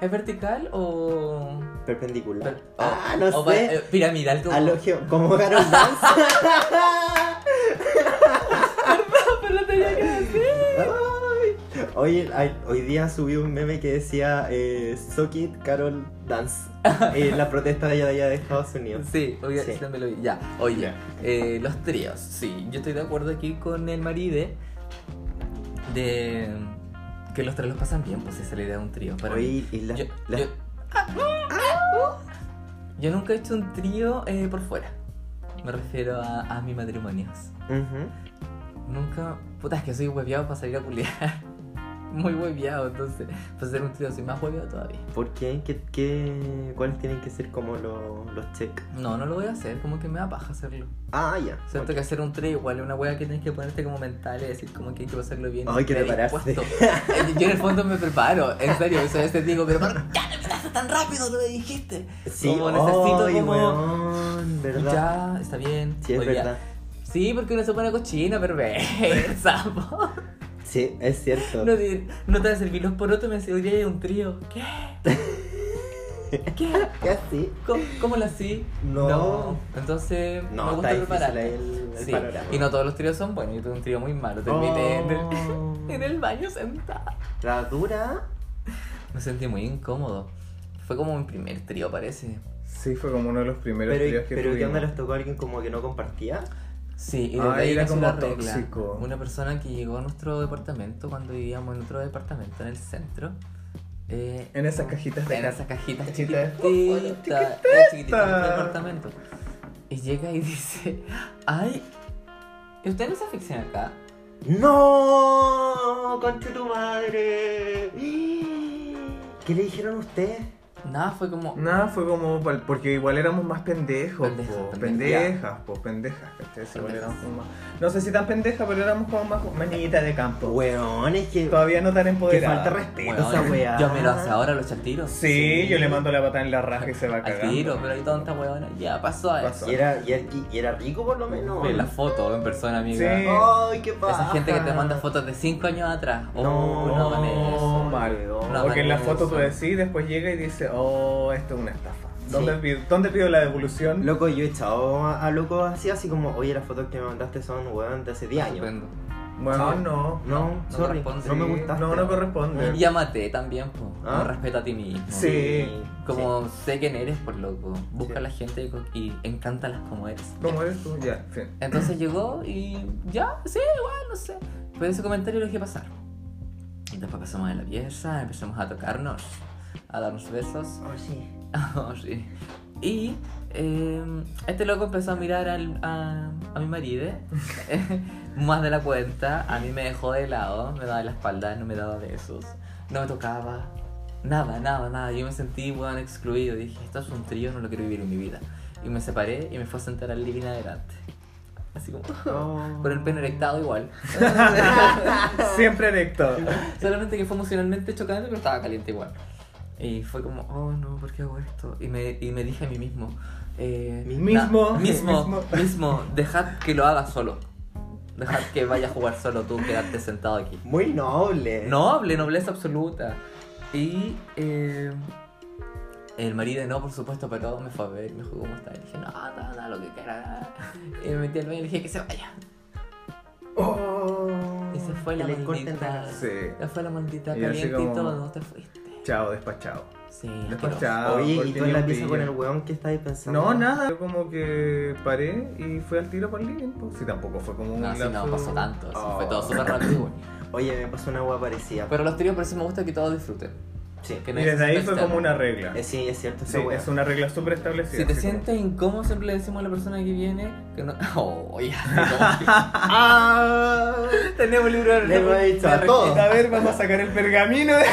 Speaker 1: ¿Es vertical o.?
Speaker 3: Perpendicular.
Speaker 1: per-
Speaker 3: ah,
Speaker 1: o-
Speaker 3: no
Speaker 1: o pa- eh,
Speaker 3: sé.
Speaker 1: piramidal como.
Speaker 3: Alogio, como Harold Dance.
Speaker 1: Pero lo tenía que decir.
Speaker 3: Ay. Hoy, ay, hoy día subí un meme que decía eh, Suck it, Carol Dance. Eh, la protesta de ella de allá de Estados Unidos.
Speaker 1: Sí, obvia-
Speaker 3: Sí.
Speaker 1: sí, también lo vi. Ya, oye,
Speaker 2: Ya.
Speaker 1: eh, los tríos, sí. Yo estoy de acuerdo aquí con el maride de que los tres los pasan bien, pues esa es la idea de un trío. Para mí.
Speaker 3: Hoy, y la-
Speaker 1: Yo,
Speaker 3: la-
Speaker 1: yo- ah, Yo nunca he hecho un trío eh, por fuera. Me refiero a, a mis matrimonios.
Speaker 3: Ujú.
Speaker 1: Nunca. Puta, es que soy hueviado para salir a culiar. Muy hueviado, entonces. Para hacer un trío soy más hueviado todavía.
Speaker 3: ¿Por qué? ¿Qué, qué- cuáles tienen que ser como lo- los check?
Speaker 1: No, no lo voy a hacer, como que me da paja hacerlo.
Speaker 3: Ah, ya.
Speaker 1: Siento que hacer un trío igual es una wea que tienes que ponerte como mental y decir como que hay que pasarlo bien.
Speaker 3: Ay,
Speaker 1: y
Speaker 3: que te
Speaker 1: estar
Speaker 3: paraste.
Speaker 1: dispuesto. Eh, Yo en el fondo me preparo, en serio, soy este digo, pero ¿por qué me pasaste tan rápido? No me dijiste.
Speaker 3: Sí,
Speaker 1: Como necesito
Speaker 3: ay,
Speaker 1: como-
Speaker 3: weón, ¿verdad?
Speaker 1: Ya, está bien.
Speaker 3: Sí, es
Speaker 1: hoy día-
Speaker 3: verdad.
Speaker 1: Sí, porque uno se pone cochina, perversa. po.
Speaker 3: Sí, es cierto.
Speaker 1: No, te- no te va a servir los porotos y me decís, oye, hay un trío. ¿Qué? ¿Qué?
Speaker 3: Casi.
Speaker 1: ¿Cómo, cómo la sí?
Speaker 3: No.
Speaker 1: Entonces, me
Speaker 3: No,
Speaker 1: gusta
Speaker 3: está difícil
Speaker 1: preparar.
Speaker 3: el, el
Speaker 1: Sí,
Speaker 3: panorama.
Speaker 1: y no todos los tríos son buenos. Yo tuve un trío muy malo. Terminé en, el,
Speaker 3: Oh.
Speaker 1: en el baño sentada.
Speaker 3: La dura.
Speaker 1: Me sentí muy incómodo. Fue como mi primer trío, parece.
Speaker 2: Sí, fue como uno de los primeros
Speaker 3: Pero,
Speaker 2: tríos que
Speaker 3: pero ¿qué
Speaker 2: tuvimos.
Speaker 3: onda les tocó a alguien como que no compartía?
Speaker 1: Sí, y desde
Speaker 2: Ah,
Speaker 1: ahí
Speaker 2: era
Speaker 1: nació
Speaker 2: como
Speaker 1: la regla.
Speaker 2: tóxico.
Speaker 1: Una persona que llegó a nuestro departamento cuando vivíamos en otro departamento en el centro. eh,
Speaker 2: En esas cajitas de
Speaker 1: en
Speaker 2: car-
Speaker 1: esas cajitas
Speaker 2: Cajitas.
Speaker 1: chiquititas,
Speaker 2: Oh,
Speaker 1: era chiquitita nuestro departamento. Y llega y dice, ay, ¿usted no se afixiona acá?
Speaker 3: ¡No! ¡Concha tu madre! ¿Qué le dijeron a usted?
Speaker 1: Nada, fue como,
Speaker 2: Nada, fue como, pal- porque igual éramos más pendejos,
Speaker 1: Pendejos,
Speaker 2: po,
Speaker 1: pendejas.
Speaker 2: pendejas, po, pendejas, ¿cachai? Sí, igual
Speaker 1: Pendejas.
Speaker 2: éramos como más- No sé si tan pendejas, pero éramos como más manillitas de campo.
Speaker 3: Weón, es que.
Speaker 2: Todavía no tan
Speaker 3: Que
Speaker 2: empoderadas.
Speaker 3: falta respeto
Speaker 1: "Weón,
Speaker 3: esa weá.
Speaker 1: yo me lo hace ahora, lo echa al tiro.
Speaker 2: Sí, yo le mando la patada en la raja y se va
Speaker 1: Al
Speaker 2: cagando.
Speaker 1: tiro, pero hay tonta huevona, ya pasó a
Speaker 2: Pasó.
Speaker 1: eso.
Speaker 3: Y era, y, era- y era rico por lo menos.
Speaker 1: Ve la foto en persona, amiga.
Speaker 2: Sí.
Speaker 3: ¡Ay, qué pasa!
Speaker 1: Esa gente que te manda fotos de 5 años atrás. Oh,
Speaker 3: No,
Speaker 1: no, man,
Speaker 2: No,
Speaker 1: eso.
Speaker 2: mal.
Speaker 1: No,
Speaker 2: Porque en la
Speaker 1: mal,
Speaker 2: foto
Speaker 1: eso.
Speaker 2: tú decís, después llega y dice, oh, esto es una estafa.
Speaker 3: Sí.
Speaker 2: ¿Dónde, pido, dónde pido la devolución?
Speaker 3: Loco, yo he echado a, a locos así, así como, oye, las fotos que me mandaste son, weón, de hace 10 años.
Speaker 1: Estupendo.
Speaker 2: Bueno, no.
Speaker 3: No,
Speaker 1: Ah. No, no
Speaker 3: sorry, no,
Speaker 1: corresponde.
Speaker 3: me
Speaker 2: Sí,
Speaker 3: gustaste.
Speaker 2: No, no corresponde.
Speaker 1: Y amate también, po.
Speaker 3: ¿Ah?
Speaker 1: Como respeto a ti mismo.
Speaker 2: Sí.
Speaker 1: Como sé quién eres, por loco. Busca
Speaker 3: Sí.
Speaker 1: a la gente y co- y encántalas como eres.
Speaker 2: ¿Cómo eres tú? Ya, en fin.
Speaker 1: Entonces llegó y ya, sí, igual, no sé. Pero ese comentario lo dejé pasar. Y Después pasamos a la pieza, empezamos a tocarnos, a darnos besos.
Speaker 3: Oh, sí.
Speaker 1: Oh, sí. Y eh, este loco empezó a mirar al- a, a mi marido, eh, más de la cuenta. A mí me dejó de lado, me daba la espalda, no me daba besos, no me tocaba, nada, nada, nada. Yo me sentí weón, excluido. Dije, esto es un trío, no lo quiero vivir en mi vida. Y me separé y me fue a sentar al living adelante. Así como,
Speaker 3: Oh.
Speaker 1: con el pene erectado igual.
Speaker 2: Siempre erecto.
Speaker 1: Solamente que fue emocionalmente chocante, pero estaba caliente igual. Y fue como, oh no, ¿por qué hago esto? Y me, y me dije a mí mismo, eh,
Speaker 2: Mismo,
Speaker 1: na- mismo,
Speaker 2: mismo.
Speaker 1: mismo, dejad que lo haga solo. Dejad que vaya a jugar solo tú, quedarte sentado aquí.
Speaker 3: Muy noble.
Speaker 1: Noble, nobleza absoluta. Y eh, el marido no, por supuesto, pero me fue a ver, me dijo cómo está. Y dije, no, no, no, lo que quiera. Y me metí al baño y le dije que se vaya.
Speaker 3: Oh.
Speaker 1: Y se fue la
Speaker 3: Que le corten
Speaker 1: maldita.
Speaker 3: la-
Speaker 2: Sí.
Speaker 1: Ya fue la maldita
Speaker 2: Y así
Speaker 1: caliente
Speaker 2: como-
Speaker 1: y todo, te fuiste.
Speaker 2: Chao, despachado.
Speaker 1: Sí, asqueroso.
Speaker 2: Despachado.
Speaker 3: Oye,
Speaker 2: porque
Speaker 3: ¿y tú
Speaker 2: ni
Speaker 3: en la
Speaker 2: un
Speaker 3: pieza
Speaker 2: brillo.
Speaker 3: con el weón que estabas pensando?
Speaker 2: No, nada. Yo como que paré y fui al tiro por living. Pues. Sí, tampoco fue como un
Speaker 1: No, sí, no
Speaker 2: lapso-
Speaker 1: pasó tanto, sí, fue todo
Speaker 2: Oh.
Speaker 1: súper rápido. güey.
Speaker 3: Oye, me pasó una agua parecida.
Speaker 1: Pero los tríos por eso me gusta que todos disfruten.
Speaker 3: Sí.
Speaker 1: que no
Speaker 2: Y
Speaker 1: hay
Speaker 2: desde ahí fue
Speaker 1: experta.
Speaker 2: como una regla.
Speaker 3: Eh, sí, es cierto,
Speaker 2: Sí,
Speaker 3: esa weá.
Speaker 2: es una regla súper establecida.
Speaker 1: Si te
Speaker 2: así como-
Speaker 1: sientes incómodo, siempre le decimos a la persona que viene que no. Oh, ya.
Speaker 3: ¡Ah!
Speaker 1: Tenemos el libro de
Speaker 3: Le hemos dicho a
Speaker 1: de-
Speaker 3: todos.
Speaker 2: A ver, vamos a sacar el pergamino. de-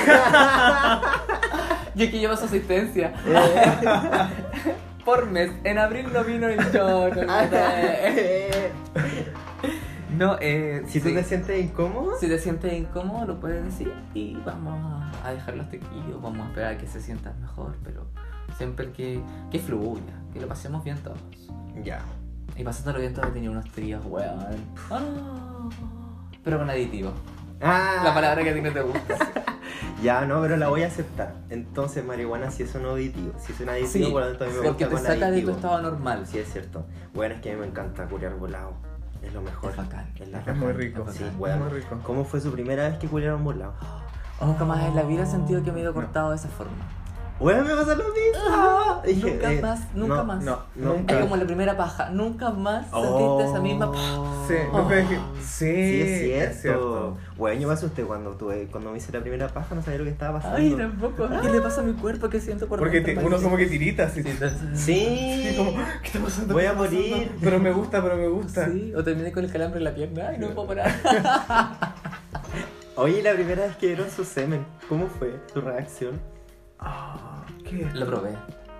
Speaker 1: Y aquí llevas asistencia.
Speaker 3: Eh,
Speaker 1: por mes. En abril no vino y yo. No,
Speaker 2: Ah,
Speaker 1: no, no, eh,
Speaker 3: si tú
Speaker 1: sí.
Speaker 3: te sientes incómodo,
Speaker 1: Si te sientes incómodo, lo puedes decir y vamos a- a dejar los tequillos, vamos a esperar a que se sientan mejor, pero siempre que, que fluya, que lo pasemos bien todos.
Speaker 3: ya.
Speaker 1: Y pasándolo bien todos, he tenido unos tríos, weón. Ah, pero con aditivo.
Speaker 3: Ah,
Speaker 1: La palabra que a ti no te gusta.
Speaker 3: Ya, no, pero la voy a aceptar. Entonces, marihuana sí es un aditivo. Si es un aditivo, por lo tanto a mí me
Speaker 1: porque te
Speaker 3: gusta con
Speaker 1: saca de tu
Speaker 3: aditivo.
Speaker 1: estado normal.
Speaker 3: Sí, es cierto. Bueno, es que a mí me encanta culiar volado. Es lo mejor.
Speaker 1: Es bacán.
Speaker 3: Es, la
Speaker 2: Es muy
Speaker 3: raja.
Speaker 2: rico.
Speaker 3: Sí,
Speaker 1: Es bacán.
Speaker 3: bueno.
Speaker 2: Es muy rico.
Speaker 3: ¿Cómo fue su primera vez que culiaron volado?
Speaker 1: Nunca más en la vida he sentido que me he ido cortado de esa forma.
Speaker 3: Bueno, me pasa lo mismo. Dije,
Speaker 1: nunca
Speaker 3: eh,
Speaker 1: más, nunca
Speaker 3: no,
Speaker 1: más.
Speaker 2: No,
Speaker 3: No.
Speaker 1: Es
Speaker 2: nunca.
Speaker 1: como la primera paja. Nunca más
Speaker 3: Oh.
Speaker 1: sentiste esa misma paja.
Speaker 2: Sí,
Speaker 1: Oh.
Speaker 2: nunca dije. Sí,
Speaker 3: Sí, es cierto. Bueno, yo me asusté cuando, tuve, cuando me hice la primera paja, no sabía lo que estaba pasando.
Speaker 1: Ay, tampoco. ¿Qué le pasa a mi cuerpo? ¿Qué siento por
Speaker 2: Porque
Speaker 1: dentro?
Speaker 2: te- uno como que tirita así.
Speaker 1: Sí, entonces-
Speaker 3: Sí,
Speaker 2: Y como, ¿qué está pasando?
Speaker 3: Voy
Speaker 2: ¿Qué
Speaker 3: a
Speaker 2: está pasando?
Speaker 3: morir.
Speaker 2: Pero me gusta, pero me gusta.
Speaker 1: Sí, o terminé con el calambre en la pierna. Ay, no puedo parar.
Speaker 3: Oye, la primera vez que vieron su semen, ¿cómo fue tu reacción?
Speaker 2: Ah, ¿Qué?
Speaker 1: Lo probé.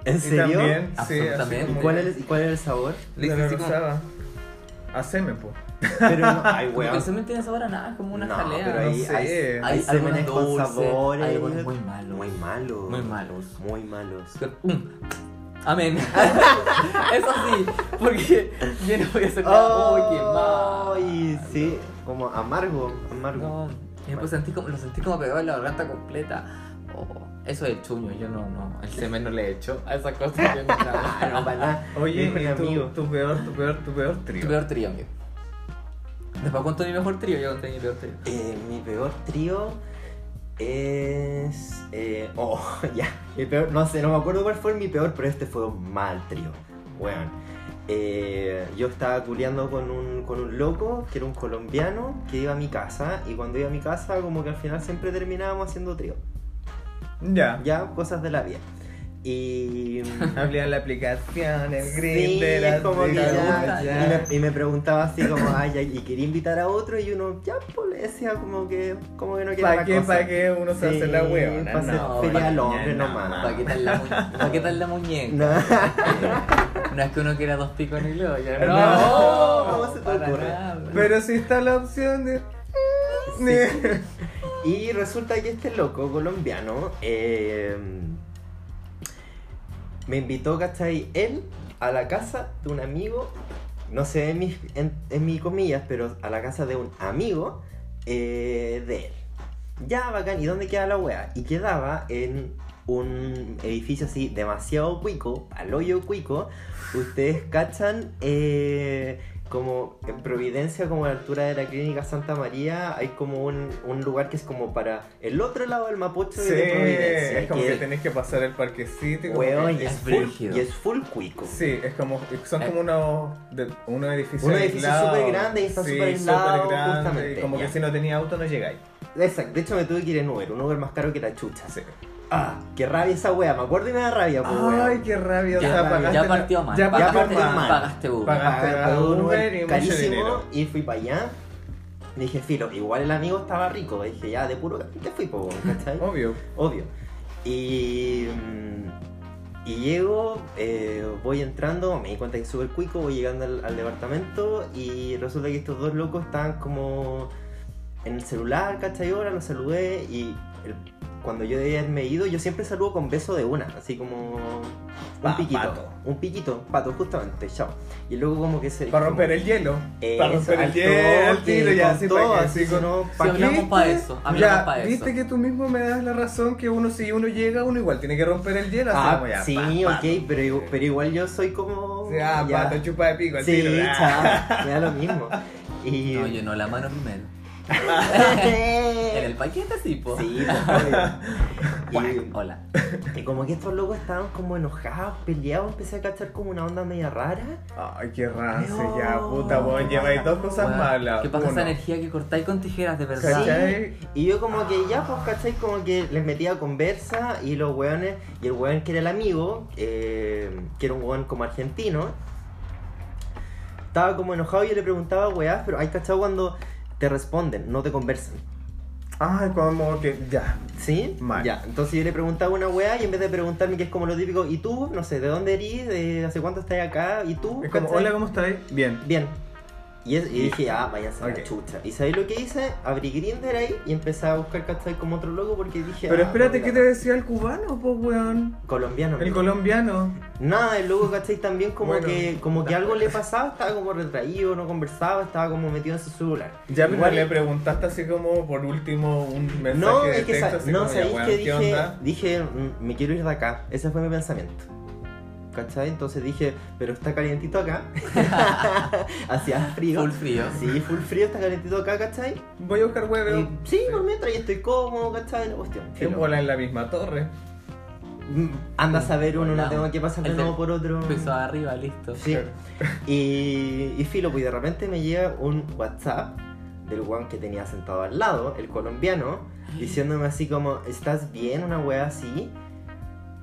Speaker 3: ¿En
Speaker 2: Y
Speaker 3: serio?
Speaker 2: también, sí,
Speaker 1: Absolutamente.
Speaker 2: así
Speaker 3: ¿Y
Speaker 2: como-
Speaker 3: cuál, es, y cuál era el sabor?
Speaker 1: Le
Speaker 2: La
Speaker 1: hice así como.
Speaker 2: rosada. A semen, po.
Speaker 3: Pero no, ay,
Speaker 1: Como que
Speaker 3: weón.
Speaker 1: el semen tiene sabor a nada, es como una
Speaker 3: No,
Speaker 1: jalea.
Speaker 3: pero
Speaker 2: no
Speaker 3: ahí
Speaker 2: sé.
Speaker 3: hay,
Speaker 1: Hay
Speaker 3: hay semenes
Speaker 1: algunos
Speaker 3: con
Speaker 1: dulces,
Speaker 3: sabores.
Speaker 1: hay algunos muy malos.
Speaker 3: Muy malos.
Speaker 1: Muy malos.
Speaker 3: Muy malos.
Speaker 1: Mm. Amén. Eso sí, porque yo no voy a hacer nada. Uy, qué mal.
Speaker 3: Ay, sí, como amargo, amargo.
Speaker 1: No, y después sentí como, lo sentí como pegado en la garganta completa. Oh, eso es el chuño, yo no, no. El semen no le he hecho a esa cosa que no
Speaker 3: Ah, no,
Speaker 1: trago.
Speaker 3: para nada.
Speaker 2: Oye,
Speaker 3: Dijo el
Speaker 2: ¿y tu,
Speaker 3: amigo.
Speaker 2: tu peor, tu peor, tu peor
Speaker 1: Tu
Speaker 2: trío?
Speaker 1: peor trío, amigo. Después cuento mi mejor trío, yo conté mi peor trío.
Speaker 3: Eh, mi peor trío es. eh, oh, ya. Mi peor, no sé, no me acuerdo cuál fue mi peor, pero este fue un mal trío. Weón. Eh, yo estaba culeando con un, con un loco que era un colombiano que iba a mi casa y cuando iba a mi casa como que al final siempre terminábamos haciendo trío.
Speaker 2: Ya.
Speaker 3: Ya, cosas de la vida. Y...
Speaker 2: Abría la aplicación, el
Speaker 3: Sí,
Speaker 2: Grindr,
Speaker 3: es como que
Speaker 2: Tinder,
Speaker 3: ya,
Speaker 2: ya.
Speaker 3: Y, me, y me preguntaba así como, ay, ya, y quería invitar a otro y uno, ya, pues le decía como que, como que no quería
Speaker 2: ¿Para
Speaker 3: la
Speaker 2: qué,
Speaker 3: cosa.
Speaker 2: pa' qué uno se hace la
Speaker 3: Sí,
Speaker 2: huevona?
Speaker 3: pa' hacer
Speaker 1: no,
Speaker 3: feria
Speaker 1: pa'
Speaker 3: al hombre
Speaker 2: niña,
Speaker 3: nomás.
Speaker 1: ¿Para qué tal la, mu- pa' qué tal la muñeca?
Speaker 3: Ah. No.
Speaker 1: No es que uno quiera dos picos en el globo, ya no.
Speaker 2: No,
Speaker 3: ¿cómo se te
Speaker 1: para
Speaker 3: ocurre?
Speaker 1: nada.
Speaker 2: Pero si está la opción de...
Speaker 3: Sí. Y resulta que este loco colombiano eh, me invitó, ¿cachai? Él a la casa de un amigo, no sé en mis, en, en mis comillas, pero a la casa de un amigo eh, de él. Ya, bacán, ¿y dónde queda la wea? Y quedaba en un edificio así demasiado cuico, al hoyo cuico. Ustedes cachan eh, como en Providencia, como a la altura de la clínica Santa María, hay como un, un lugar que es como para el otro lado del Mapocho y
Speaker 2: Sí,
Speaker 3: de Providencia.
Speaker 2: es como
Speaker 3: que
Speaker 2: que tenés que pasar el parquecito. y como
Speaker 3: weón,
Speaker 2: que-
Speaker 3: y es,
Speaker 1: Es
Speaker 3: full,
Speaker 1: brígido.
Speaker 3: y es full cuico.
Speaker 2: Sí, es como, son
Speaker 3: Eh.
Speaker 2: como unos, de, unos edificios
Speaker 3: Un edificio
Speaker 2: aislados.
Speaker 3: supergrande y está
Speaker 2: sí,
Speaker 3: superislado,
Speaker 2: supergrande,
Speaker 3: justamente,
Speaker 2: Y como
Speaker 3: ya.
Speaker 2: que si no tenía auto no llegáis.
Speaker 3: Exacto, de hecho me tuve que ir en Uber, un Uber más caro que la chucha.
Speaker 2: Sí.
Speaker 3: Ah, qué rabia esa wea, me acuerdo y me da rabia, pues,
Speaker 2: Ay,
Speaker 3: weón.
Speaker 2: qué rabia. o
Speaker 1: Ya,
Speaker 2: sea,
Speaker 1: ya
Speaker 2: pagaste la-
Speaker 1: partió mal,
Speaker 2: Ya
Speaker 1: pagaste
Speaker 2: partió
Speaker 3: mal.
Speaker 2: mal.
Speaker 1: Pagaste Uber.
Speaker 2: Pagaste
Speaker 3: Pagaba
Speaker 2: la
Speaker 3: un
Speaker 2: Uber y mucho
Speaker 3: carísimo
Speaker 2: dinero.
Speaker 3: y fui para allá. Dije, filo, igual el amigo estaba rico. Dije, ya, de puro te fui, po, ¿cachai?
Speaker 2: Obvio.
Speaker 3: Obvio. Y, mm, y llego, eh, voy entrando, me di cuenta que es súper cuico, voy llegando al, al departamento y resulta que estos dos locos estaban como en el celular, ¿cachai? Ahora los saludé y el- cuando yo debía haberme ido, yo siempre saludo con beso de una, así como un
Speaker 2: Pa-
Speaker 3: piquito.
Speaker 2: Ah, pato.
Speaker 3: Un piquito, pato, justamente, chao. Y luego como que se...
Speaker 2: Para romper el hielo.
Speaker 3: Eh,
Speaker 2: para romper el
Speaker 3: al
Speaker 2: hielo, al
Speaker 3: toque,
Speaker 2: tiro, ya,
Speaker 3: con
Speaker 2: así
Speaker 3: todo,
Speaker 2: para que
Speaker 3: así,
Speaker 2: así con-
Speaker 3: no,
Speaker 1: Si
Speaker 3: pa' qué.
Speaker 1: hablamos para eso, hablamos
Speaker 2: Ya,
Speaker 1: para eso.
Speaker 2: Viste que tú mismo me das la razón que uno, si uno llega, uno igual tiene que romper el hielo. así como ya,
Speaker 3: Ah, sí,
Speaker 2: pa,
Speaker 3: ok,
Speaker 2: pato.
Speaker 3: pero, igu- pero igual yo soy como...
Speaker 2: Sí, ah,
Speaker 3: ya.
Speaker 2: pato, chupa de pico, al
Speaker 3: Sí,
Speaker 2: tiro. ah.
Speaker 3: chao, me da lo mismo. Y...
Speaker 1: No, yo no, la mano primero. En el paquete sí, po.
Speaker 3: Sí, pues, obvio. Y-
Speaker 1: Hola.
Speaker 3: Y como que estos locos estaban como enojados, peleados, empecé a cachar como una onda media rara.
Speaker 2: Ay, qué rancio,
Speaker 3: No.
Speaker 2: ya, puta, weón. Lleváis dos cosas
Speaker 1: Weón,
Speaker 2: malas.
Speaker 1: ¿Qué pasa
Speaker 2: Uno,
Speaker 1: esa energía que cortáis con tijeras de verdad?
Speaker 2: ¿Cachai?
Speaker 3: Y yo como que ya, pues, ¿cachai? Como que les metía conversa y los weones, y el weón que era el amigo, eh, que era un weón como argentino, estaba como enojado y yo le preguntaba, weá, pero hay cachado cuando te responden, no te conversan.
Speaker 2: Ay, como que ya.
Speaker 3: ¿Sí?
Speaker 2: Mal.
Speaker 3: Ya, entonces yo le preguntaba una weá y en vez de preguntarme que es como lo típico, ¿y tú? No sé, ¿de dónde eres? ¿De hace cuánto estás acá? ¿Y tú?
Speaker 2: Es como,
Speaker 3: ¿Cachai?
Speaker 2: hola, ¿cómo estáis? Bien.
Speaker 3: Bien. Y, es- y dije, ah, vaya a ser
Speaker 2: Ok.
Speaker 3: la chucha. ¿Y sabéis lo que hice? Abrí Grinder ahí y empecé a buscar, ¿cachai? Como otro loco porque dije.
Speaker 2: Pero
Speaker 3: ah,
Speaker 2: espérate,
Speaker 3: no,
Speaker 2: ¿qué te
Speaker 3: mira,
Speaker 2: decía el cubano, pues, weón?
Speaker 3: Colombiano.
Speaker 2: El
Speaker 3: mira.
Speaker 2: colombiano.
Speaker 3: Nada, el loco, ¿cachai? También como
Speaker 2: Bueno.
Speaker 3: que como que algo le pasaba, estaba como retraído, no conversaba, estaba como metido en su celular.
Speaker 2: Ya, pero
Speaker 3: Igual-
Speaker 2: le preguntaste así como por último un mensaje
Speaker 3: No,
Speaker 2: de
Speaker 3: es que
Speaker 2: texto,
Speaker 3: sa-
Speaker 2: así
Speaker 3: no
Speaker 2: como, ya,
Speaker 3: sabéis
Speaker 2: weón,
Speaker 3: que
Speaker 2: ¿qué
Speaker 3: dije,
Speaker 2: onda?
Speaker 3: dije, "Mm, me quiero ir de acá. Ese fue mi pensamiento. ¿Cachai? Entonces dije, pero está calientito acá. Hacía frío.
Speaker 1: Full frío.
Speaker 3: Sí, full frío, está calientito acá, ¿cachai?
Speaker 2: Voy a buscar hueveo.
Speaker 3: Y, sí, por mientras yo estoy cómodo, ¿cachai? La cuestión.
Speaker 2: ¿Qué
Speaker 3: filo.
Speaker 2: bola en la misma torre?
Speaker 3: Mm, Anda a saber uno, no
Speaker 1: Volado.
Speaker 3: tengo que pasar de
Speaker 1: El
Speaker 3: nuevo
Speaker 1: del
Speaker 3: por otro.
Speaker 1: Piso arriba, listo.
Speaker 3: Sí. Y, y filo, pues y de repente me llega un WhatsApp del guan que tenía sentado al lado, el colombiano, diciéndome así como, ¿estás bien? Una wea así.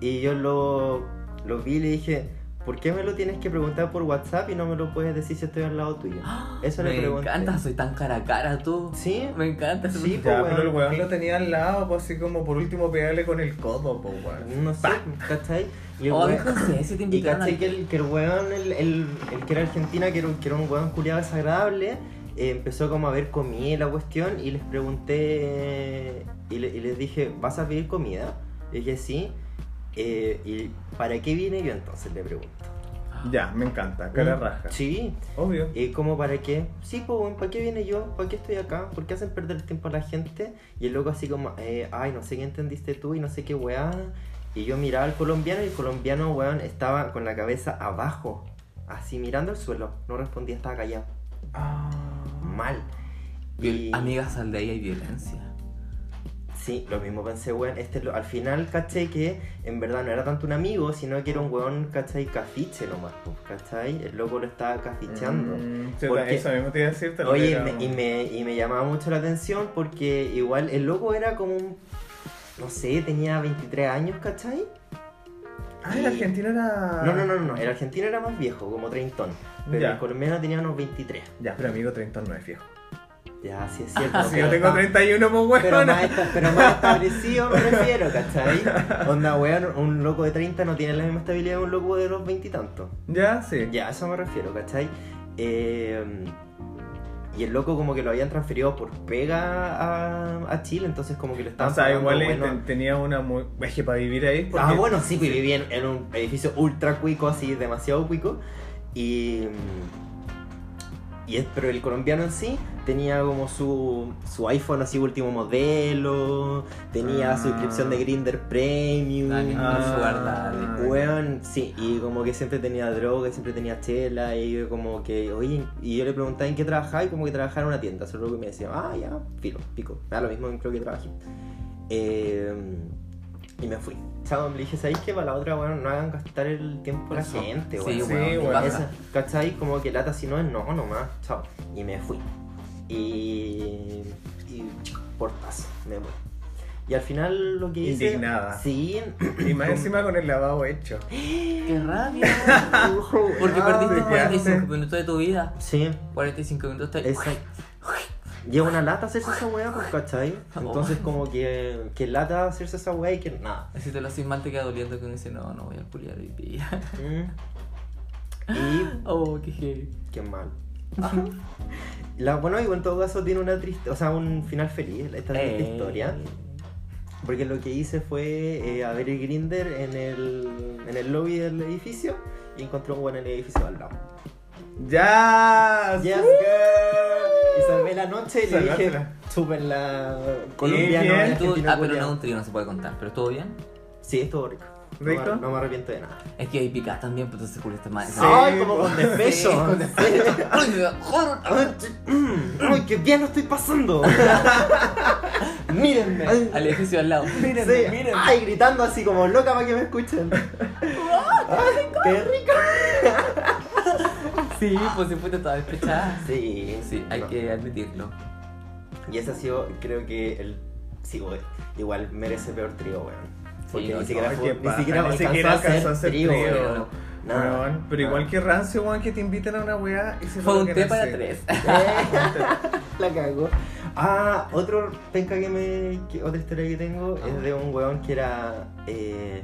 Speaker 3: Y yo lo, lo vi y le dije, ¿por qué me lo tienes que preguntar por WhatsApp y no me lo puedes decir si estoy al lado tuyo? Eso le
Speaker 1: Me
Speaker 3: pregunté.
Speaker 1: encanta, soy tan cara a cara tú.
Speaker 3: Sí,
Speaker 1: Me encanta.
Speaker 3: Sí,
Speaker 2: Ya,
Speaker 3: pues,
Speaker 2: pero el
Speaker 3: weón.
Speaker 2: weón lo tenía al lado, pues así como por último pegarle con el codo, pues weón.
Speaker 3: no sé, ¿cachai? Y el
Speaker 1: Oh,
Speaker 3: weón-
Speaker 1: José, si te
Speaker 3: Y
Speaker 1: invitaron
Speaker 3: caché
Speaker 1: al
Speaker 3: que el, que el weón, el, el- el que era argentina, que era, un- que era un weón culiado desagradable, eh, empezó como a ver comida y la cuestión y les pregunté eh, y, le- y les dije, ¿vas a pedir comida? Y dije, sí. Eh, ¿Y para qué vine yo entonces? Le pregunto.
Speaker 2: Ya, me encanta,
Speaker 3: Mm.
Speaker 2: cara raja.
Speaker 3: Sí.
Speaker 2: Obvio.
Speaker 3: ¿Y cómo para qué? Sí, pues weón, ¿para qué vine yo? ¿Para qué estoy acá? ¿Por qué hacen perder el tiempo a la gente? Y el loco así como, eh, ay, no sé qué entendiste tú y no sé qué weá. Y yo miraba al colombiano y el colombiano, weón, estaba con la cabeza abajo, así mirando al suelo. No respondía, estaba callado.
Speaker 2: Ah.
Speaker 3: Mal.
Speaker 1: Viol- Amigas al de ahí hay violencia.
Speaker 3: Sí, lo mismo pensé, weón. Este, lo- al final caché que en verdad no era tanto un amigo, sino que era un weón, ¿cachai? Cafiche nomás, pues, ¿cachai? El loco lo estaba cafichando.
Speaker 2: Mm, sí,
Speaker 3: Porque-
Speaker 2: Eso mismo te iba a decir, te lo
Speaker 3: Oye, y
Speaker 2: digo.
Speaker 3: me, y, me, y me llamaba mucho la atención porque igual el loco era como un. No sé, tenía 23 años, ¿cachai?
Speaker 2: Ah, el argentino era.
Speaker 3: No, no, no, no, el argentino era más viejo, como treintón. Pero
Speaker 2: Ah. Ya.
Speaker 3: el colombiano tenía unos 23.
Speaker 2: Ya, pero amigo, 30 no es viejo.
Speaker 3: Ya, sí es cierto.
Speaker 2: Si
Speaker 3: Ah, pero
Speaker 2: Ah, yo tengo
Speaker 3: está-
Speaker 2: 31, pues
Speaker 3: Pero
Speaker 2: weón.
Speaker 3: más, esta- pero más establecido me refiero, ¿cachai? Onda, weón, un loco de 30 no tiene la misma estabilidad que un loco de los veintitantos.
Speaker 2: Ya, sí.
Speaker 3: Ya, a eso me refiero, ¿cachai? Eh, y el loco como que lo habían transferido por pega a, a Chile, entonces como que lo
Speaker 2: O
Speaker 3: estaban
Speaker 2: sea,
Speaker 3: pagando,
Speaker 2: igual eh,
Speaker 3: bueno.
Speaker 2: ten- tenía una muy. Es que para vivir ahí. porque-
Speaker 3: Ah, bueno, sí, pues vivía en, en un edificio ultra cuico, así, demasiado cuico. Y... y es, pero el colombiano en sí tenía como su, su iPhone así último modelo, tenía
Speaker 2: Ah.
Speaker 3: su inscripción de Grinder Premium.
Speaker 1: Dale,
Speaker 2: Ah.
Speaker 1: no sugar daddy.
Speaker 3: Weón, sí, y como que siempre tenía droga, y siempre tenía chela, y como que, oye, y yo le preguntaba en qué trabajaba, y como que trabajaba en una tienda, solo que me decía, ah, ya, filo, pico, da lo mismo en creo que trabajé. Eh, y me fui. Chao, le dije, ¿sabéis qué? Para la otra, weón, no hagan gastar el tiempo a la
Speaker 1: Eso.
Speaker 3: gente,
Speaker 1: Sí,
Speaker 3: weón.
Speaker 1: weón,
Speaker 2: Sí,
Speaker 1: ¿qué
Speaker 2: weón.
Speaker 1: pasa?
Speaker 3: Esa- ¿Cachai? Como que lata si no es no, nomás, chao. Y me fui. Y. Y. Portazo, me voy. Y al final lo que hice.
Speaker 2: Indignada.
Speaker 3: Sí.
Speaker 2: Y más encima con el lavado hecho.
Speaker 1: Qué rabia. Porque
Speaker 2: Ah,
Speaker 1: perdiste
Speaker 2: te
Speaker 1: 45
Speaker 2: quedaste.
Speaker 1: minutos de tu vida.
Speaker 3: Sí,
Speaker 1: 45 minutos de...
Speaker 3: eso. Lleva una lata hacerse esa weá, pues, ¿cachai? Entonces, como que, que lata hacerse esa weá y que nada.
Speaker 1: Si te lo haces mal te queda doliendo que uno dice, no, no voy a culiar hoy día.
Speaker 3: Mm. Y
Speaker 1: Oh, qué heavy.
Speaker 3: Qué mal. La, bueno, y en todo caso tiene una triste, o sea, un final feliz esta triste
Speaker 1: Eh,
Speaker 3: historia. Porque lo que hice fue eh, abrir Grinder en el, en el lobby del edificio y encontré un buen en el edificio al lado.
Speaker 2: Ya.
Speaker 3: Yes, girl. Y salvé la noche y le dije,
Speaker 2: Salvátela.
Speaker 3: súper la colombiana.
Speaker 2: bien.
Speaker 3: argentina,
Speaker 1: Tú- ah, pero
Speaker 3: coreana".
Speaker 1: no es un trío, no se puede contar. ¿Pero estuvo bien?
Speaker 3: Sí, estuvo rico. No me-
Speaker 2: ¿Rico?
Speaker 3: No, me arrepiento de nada.
Speaker 1: Es que ahí picas también, pero entonces culiaste mal.
Speaker 2: Sí.
Speaker 3: Ay, como con
Speaker 1: Sí,
Speaker 3: despecho.
Speaker 1: con despecho. Ay, me bajaron.
Speaker 3: Ay, qué- mm, ay, qué bien lo estoy pasando. Mírenme.
Speaker 1: Al edificio al lado.
Speaker 3: Sí. Ay, gritando así como loca para que me escuchen. Ay, qué rico.
Speaker 1: Sí, pues si fuiste toda despechada.
Speaker 3: Sí,
Speaker 1: Sí, hay
Speaker 3: no.
Speaker 1: que admitirlo.
Speaker 3: Y ese ha sido, creo que el. Sí, güey, Igual merece peor trío, weón. Porque
Speaker 1: no,
Speaker 3: ni siquiera,
Speaker 2: no,
Speaker 3: fue-
Speaker 2: qué
Speaker 3: ni
Speaker 2: paja,
Speaker 3: siquiera
Speaker 2: ni
Speaker 3: alcanzó
Speaker 2: siquiera
Speaker 3: a hacer
Speaker 2: alcanzó a hacer
Speaker 3: trío,
Speaker 2: trío,
Speaker 3: weón.
Speaker 1: weón.
Speaker 3: Nada.
Speaker 2: Weón, pero
Speaker 3: Nada.
Speaker 2: igual que rancio, weón, que te invitan a una weá y se
Speaker 1: Fue
Speaker 2: lo
Speaker 1: un
Speaker 2: que
Speaker 1: té para
Speaker 2: nace.
Speaker 1: tres.
Speaker 3: Eh, la cago. Ah, otro penca que me. que- otra historia que tengo
Speaker 1: Ah.
Speaker 3: es de un weón que era. eh,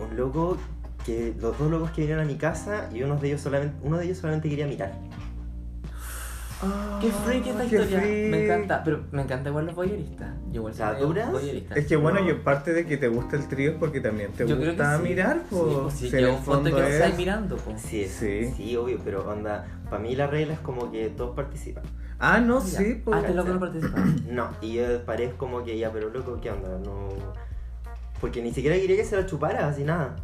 Speaker 3: un loco que. Los dos locos que vinieron a mi casa y uno de ellos solamente, uno de ellos solamente quería mirar.
Speaker 1: Qué freak esta
Speaker 2: qué
Speaker 1: historia. Me
Speaker 2: freak.
Speaker 1: encanta, pero me encanta igual los voyeristas. Yo igual soy
Speaker 3: ¿La
Speaker 1: medio
Speaker 3: duras?
Speaker 1: voyerista.
Speaker 2: Es que bueno,
Speaker 3: No.
Speaker 2: yo parte de que te gusta el trío es porque también te
Speaker 1: Yo creo que
Speaker 2: gusta
Speaker 1: sí.
Speaker 2: mirar, pues.
Speaker 1: Sí, pues sí,
Speaker 2: si en
Speaker 1: llega
Speaker 2: el
Speaker 1: un punto
Speaker 2: fondo
Speaker 1: que
Speaker 2: es-
Speaker 1: estáis mirando, pues.
Speaker 3: Sí,
Speaker 2: Sí.
Speaker 3: sí. Sí, obvio, pero onda. Para mí la regla es como que todos participan.
Speaker 2: Ah, no,
Speaker 1: Mira.
Speaker 2: sí,
Speaker 1: Ah,
Speaker 2: pues.
Speaker 1: este loco no participa.
Speaker 3: No, y yo parezco como que ya, pero loco, ¿qué onda? No. Porque ni siquiera quería que se la chupara, así nada.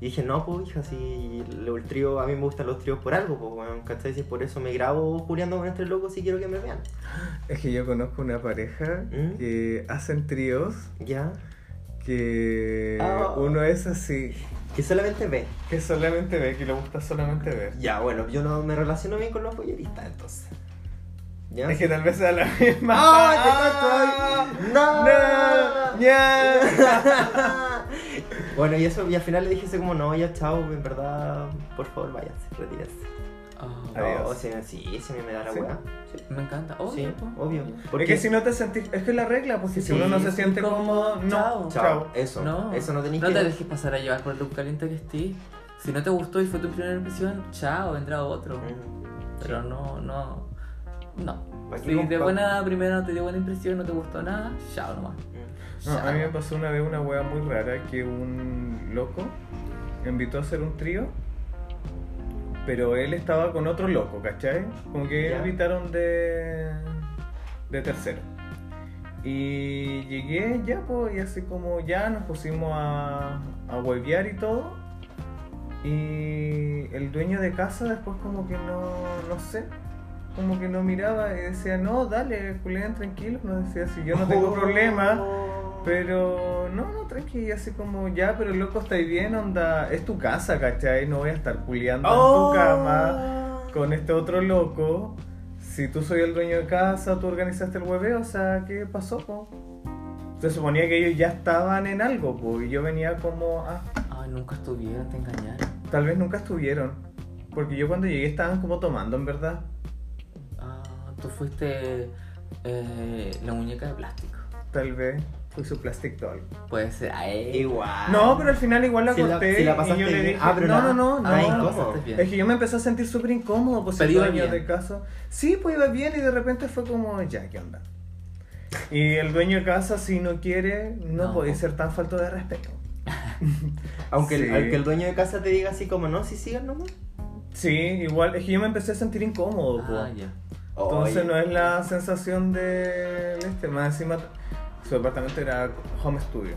Speaker 3: Y dije, no, pues, hija, si lo- el trío, a mí me gustan los tríos por algo, pues, weón, ¿cachai? Si por eso me grabo juliando con este loco si quiero que me vean.
Speaker 2: Es que yo conozco una pareja
Speaker 3: ¿Mm?
Speaker 2: que hacen tríos
Speaker 3: Ya.
Speaker 2: que
Speaker 3: Ah.
Speaker 1: Oh.
Speaker 2: uno es así,
Speaker 3: Que solamente ve.
Speaker 2: que solamente ve, que le gusta solamente ver.
Speaker 3: Ya, bueno, yo no me relaciono bien con los polleristas, entonces. Ya.
Speaker 2: Es que tal vez sea la misma.
Speaker 3: ¡Ah, te cacho! ¡No!
Speaker 2: ¡No! ¡Ya!
Speaker 3: bueno, y eso, y al final le dije así como, no, ya chao, en verdad, por favor, váyanse, retírense.
Speaker 1: Ah,
Speaker 2: Adiós.
Speaker 3: No, Oh, sí, sí, sí, a mí me da la Oh,
Speaker 2: Sí.
Speaker 3: weá.
Speaker 1: Oh, me encanta. Obvio,
Speaker 3: Sí,
Speaker 1: po.
Speaker 3: obvio.
Speaker 2: Porque
Speaker 3: Porque-
Speaker 2: si no te sentís. Es que es la regla, pues si
Speaker 3: Sí,
Speaker 2: uno no se
Speaker 1: sí,
Speaker 2: siente
Speaker 1: como-
Speaker 2: cómodo, no.
Speaker 1: chao.
Speaker 3: Chao, eso. Eso no tenéis que...
Speaker 1: te dejes pasar a llevar por el look caliente que estés. Si no te gustó y fue tu primera impresión, chao, vendrá otro. Pero no, no. No.
Speaker 3: Pa' que
Speaker 1: Si de
Speaker 3: compa-
Speaker 1: buena primera no te dio buena impresión, no te gustó nada, chao nomás.
Speaker 3: Mm.
Speaker 2: No, a mí me
Speaker 1: Chao.
Speaker 2: pasó una vez una wea muy rara que un loco me invitó a hacer un trío, pero él estaba con otro loco, ¿cachai? Como que
Speaker 3: Ya.
Speaker 2: invitaron de, de tercero. Y llegué ya, pues, y así como ya nos pusimos a, a huevear y todo. Y el dueño de casa después como que no, no sé, como que no miraba y decía, no, dale, culen tranquilos, nos decía, si yo no tengo
Speaker 3: Oh.
Speaker 2: problema. Pero no, no, tranqui, así como ya, pero loco, estáis bien, onda, es tu casa, ¿cachai? No voy a estar puliando
Speaker 3: Oh.
Speaker 2: en tu cama con este otro loco. Si tú soy el dueño de casa, tú organizaste el hueveo, o sea, ¿qué pasó, po? Se suponía que ellos ya estaban en algo, po, y yo venía como, ah,
Speaker 1: Ay, nunca estuvieron, te engañaron.
Speaker 2: tal vez nunca estuvieron. Porque yo cuando llegué estaban como tomando, en verdad.
Speaker 1: Ah, tú fuiste eh, la muñeca de plástico.
Speaker 2: Tal vez fui su plastic doll.
Speaker 1: Puede ser. Ay,
Speaker 3: Igual.
Speaker 2: No, pero al final igual la
Speaker 3: Ah. Si la-
Speaker 2: corté
Speaker 3: si la
Speaker 2: y
Speaker 3: pasaste
Speaker 2: yo le
Speaker 3: bien.
Speaker 2: dije,
Speaker 3: Ah, pero
Speaker 2: no,
Speaker 3: la-
Speaker 2: no, no, no,
Speaker 3: Ah,
Speaker 1: Ay,
Speaker 3: no,
Speaker 1: cosas,
Speaker 3: po.
Speaker 1: estás bien.
Speaker 2: Es que yo me empecé a sentir súper incómodo, pues
Speaker 1: Pero
Speaker 2: el
Speaker 1: iba
Speaker 2: dueño
Speaker 1: bien.
Speaker 2: de casa. Sí, pues iba bien y de repente fue como, ya, ¿qué onda? Y el dueño de casa, si no quiere, no,
Speaker 1: No.
Speaker 2: puede ser tan falto de respeto.
Speaker 3: Aunque, el,
Speaker 2: Sí.
Speaker 3: aunque el dueño de casa te diga así como, no, si sigan nomás.
Speaker 2: Sí, igual, es que yo me empecé a sentir incómodo, pues.
Speaker 1: Ah, ya.
Speaker 2: Entonces
Speaker 3: Oye.
Speaker 2: no es la sensación de este, más encima su departamento era home studio.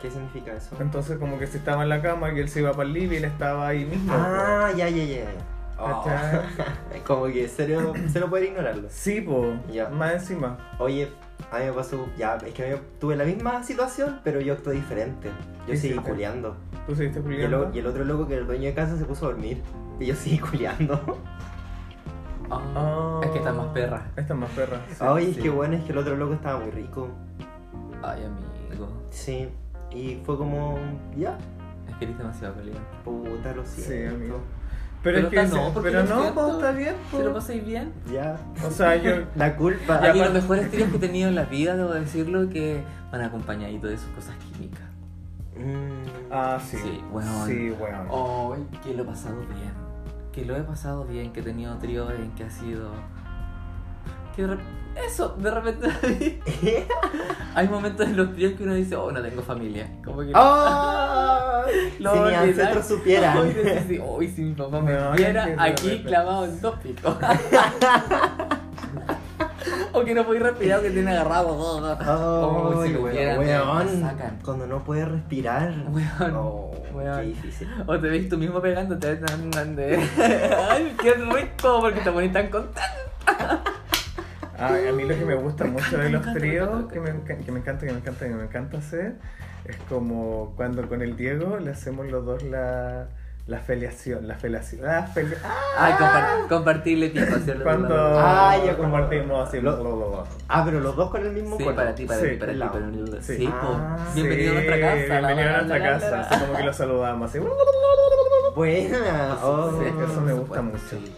Speaker 3: ¿Qué significa eso?
Speaker 2: Entonces como que si estaba en la cama y él se iba para el living, estaba ahí mismo. po.
Speaker 3: Ah, ya, ya, ya. ya. Oh.
Speaker 2: ¿Cachai?
Speaker 3: como que serio, se lo puede ignorarlo.
Speaker 2: Sí, po.
Speaker 3: Ya.
Speaker 2: Más encima.
Speaker 3: Oye, a mí me pasó, ya, es que a mí me- tuve la misma situación, pero yo actué diferente. Yo
Speaker 2: ¿Qué
Speaker 3: seguí
Speaker 2: hiciste?
Speaker 3: culeando.
Speaker 2: Tú seguiste
Speaker 3: Y el, o-
Speaker 2: culiando.
Speaker 3: y el otro loco que era el dueño de casa se puso a dormir. Y yo seguí culeando.
Speaker 1: Ah,
Speaker 2: Ah.
Speaker 1: Es que está más perra.
Speaker 2: Está más perra. sí.
Speaker 3: Ay, es
Speaker 1: sí.
Speaker 3: que bueno, es que el otro loco estaba muy rico.
Speaker 1: Ay, amigo.
Speaker 3: Sí. Y fue como, ya,
Speaker 1: Es que eres demasiado caliente.
Speaker 3: puta, lo
Speaker 2: Sí,
Speaker 3: siento.
Speaker 2: amigo. Pero,
Speaker 1: Pero
Speaker 2: es que
Speaker 1: está no,
Speaker 2: se-
Speaker 1: porque
Speaker 2: pero
Speaker 1: lo
Speaker 2: no
Speaker 1: siento.
Speaker 2: pues, está bien.
Speaker 1: ¿Se lo
Speaker 2: pues.
Speaker 1: pasáis bien?
Speaker 3: ya.
Speaker 2: O sea, yo
Speaker 3: La culpa.
Speaker 1: A mí los
Speaker 2: aparte-
Speaker 1: mejores tríos que he tenido en la vida, debo decirlo, que van acompañaditos de sus cosas químicas.
Speaker 3: Mm.
Speaker 2: ah, sí.
Speaker 1: Sí, weón. Oh.
Speaker 2: Sí, weón.
Speaker 1: Ay, que lo he pasado bien. Que lo he pasado bien, que he tenido tríos en que ha sido. Que de rep- Eso, de repente hay- hay momentos en los tríos que uno dice, oh, no tengo familia. Como que.
Speaker 2: Oh, Ah.
Speaker 3: ¡Ay!
Speaker 1: Lo
Speaker 3: si mis
Speaker 1: olvidar.
Speaker 3: ancestros supieran.
Speaker 1: Ay, decís, "Sí, hoy si mi papá me
Speaker 2: No,
Speaker 1: viera
Speaker 2: es que de
Speaker 1: aquí
Speaker 2: repente-
Speaker 1: clavado en dos picos. o que no podéis respirar, que tiene agarrado. todo, todo. Oh, si
Speaker 3: Ay,
Speaker 1: me vieran,
Speaker 3: weón,
Speaker 1: me- me
Speaker 3: weón,
Speaker 1: sacan.
Speaker 3: cuando no puedes respirar.
Speaker 1: Weón,
Speaker 3: Oh,
Speaker 1: weón.
Speaker 3: Qué difícil.
Speaker 1: O te ves tú mismo pegándote. tan, tan, de- Ay, qué rico, porque te pones tan contento.
Speaker 2: Ay, a mí lo que me gusta mucho de
Speaker 1: me
Speaker 2: los
Speaker 1: encanta, me
Speaker 2: tríos,
Speaker 1: encanta,
Speaker 2: que me, enca- que me encanta, que me encanta, que me encanta hacer, es como cuando con el Diego le hacemos los dos la, la feliación, la felación, la fel- ah,
Speaker 1: Ay, compar- compartirle tiempo, ¿cierto?
Speaker 2: cuando
Speaker 3: Ah, ya como-
Speaker 2: compartimos así,
Speaker 3: Lo-
Speaker 2: bla, bla, bla, bla.
Speaker 3: Ah, pero los dos con el mismo
Speaker 1: Sí,
Speaker 3: cuerpo.
Speaker 1: para ti, para
Speaker 2: Sí,
Speaker 1: ti, para ti.
Speaker 3: la-
Speaker 1: para mí.
Speaker 2: sí.
Speaker 1: Sí, po.
Speaker 3: Ah,
Speaker 1: bienvenido a nuestra
Speaker 2: Sí,
Speaker 1: casa. la,
Speaker 2: Bienvenido
Speaker 1: la,
Speaker 2: a nuestra
Speaker 1: la, la, la.
Speaker 2: casa, así como que lo saludamos así.
Speaker 3: Buena.
Speaker 1: Sí,
Speaker 3: Oh.
Speaker 2: eso me
Speaker 1: supuesto,
Speaker 2: gusta mucho.
Speaker 1: Ah, sí.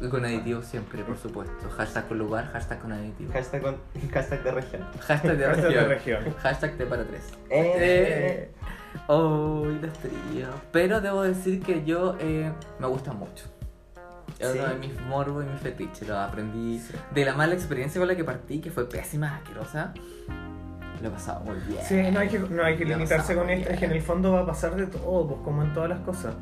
Speaker 1: Y con aditivo siempre, por supuesto. Hashtag con lugar, hashtag con aditivo.
Speaker 3: Hashtag, con, hashtag de región.
Speaker 1: Hashtag de
Speaker 2: Esta es la
Speaker 1: región.
Speaker 2: región.
Speaker 1: Hashtag de para tres.
Speaker 3: Eh.
Speaker 1: Oh, las trías. Pero debo decir que yo eh, me gusta mucho. Es
Speaker 3: Sí.
Speaker 1: uno de mis morbos y mis fetiches. Lo aprendí
Speaker 2: Sí.
Speaker 1: de la mala experiencia con la que partí, que fue pésima, asquerosa. Lo he pasado muy bien.
Speaker 2: Sí, no hay que, no hay que
Speaker 1: Lo
Speaker 2: limitarse
Speaker 1: pasamos
Speaker 2: con esto, es que en
Speaker 1: bien.
Speaker 2: el fondo va a pasar de todo, pues como en todas las cosas.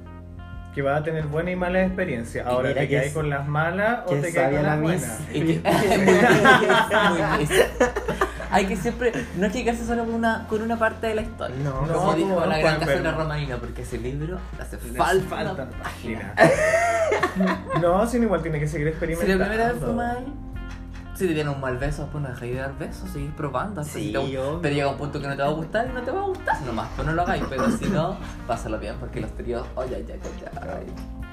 Speaker 2: Que va a tener buena y mala experiencia.
Speaker 3: Y
Speaker 2: Ahora,
Speaker 3: mira
Speaker 2: ¿te
Speaker 3: que
Speaker 2: quedas
Speaker 3: es-
Speaker 2: con las malas o
Speaker 3: que
Speaker 2: te quedas
Speaker 3: sabía
Speaker 2: con
Speaker 3: la
Speaker 2: las
Speaker 3: miss.
Speaker 2: buenas?
Speaker 1: Y que- muy bien, muy bien. Hay que siempre no hay que quedarse solo con una, con una parte de la historia.
Speaker 3: No,
Speaker 1: como
Speaker 2: no,
Speaker 1: dijo
Speaker 2: no,
Speaker 1: la gran
Speaker 2: Juan,
Speaker 1: casona
Speaker 2: pero-
Speaker 1: romanina, porque ese libro le hace
Speaker 2: Les
Speaker 1: falta,
Speaker 2: faltan
Speaker 1: una página.
Speaker 2: páginas. no, sin igual tiene que seguir
Speaker 1: Si
Speaker 2: experimentando.
Speaker 1: la primera vez fue mal, si te dieron un mal beso, pues no dejáis de dar besos, seguís probando. hasta
Speaker 3: Sí,
Speaker 1: si te gu-
Speaker 3: obvio.
Speaker 1: pero llega un punto que no te va a gustar y no te va a gustar nomás, pues no lo hagáis, pero si no, pásalo bien, porque los tríos, oye, ya, ya, ya.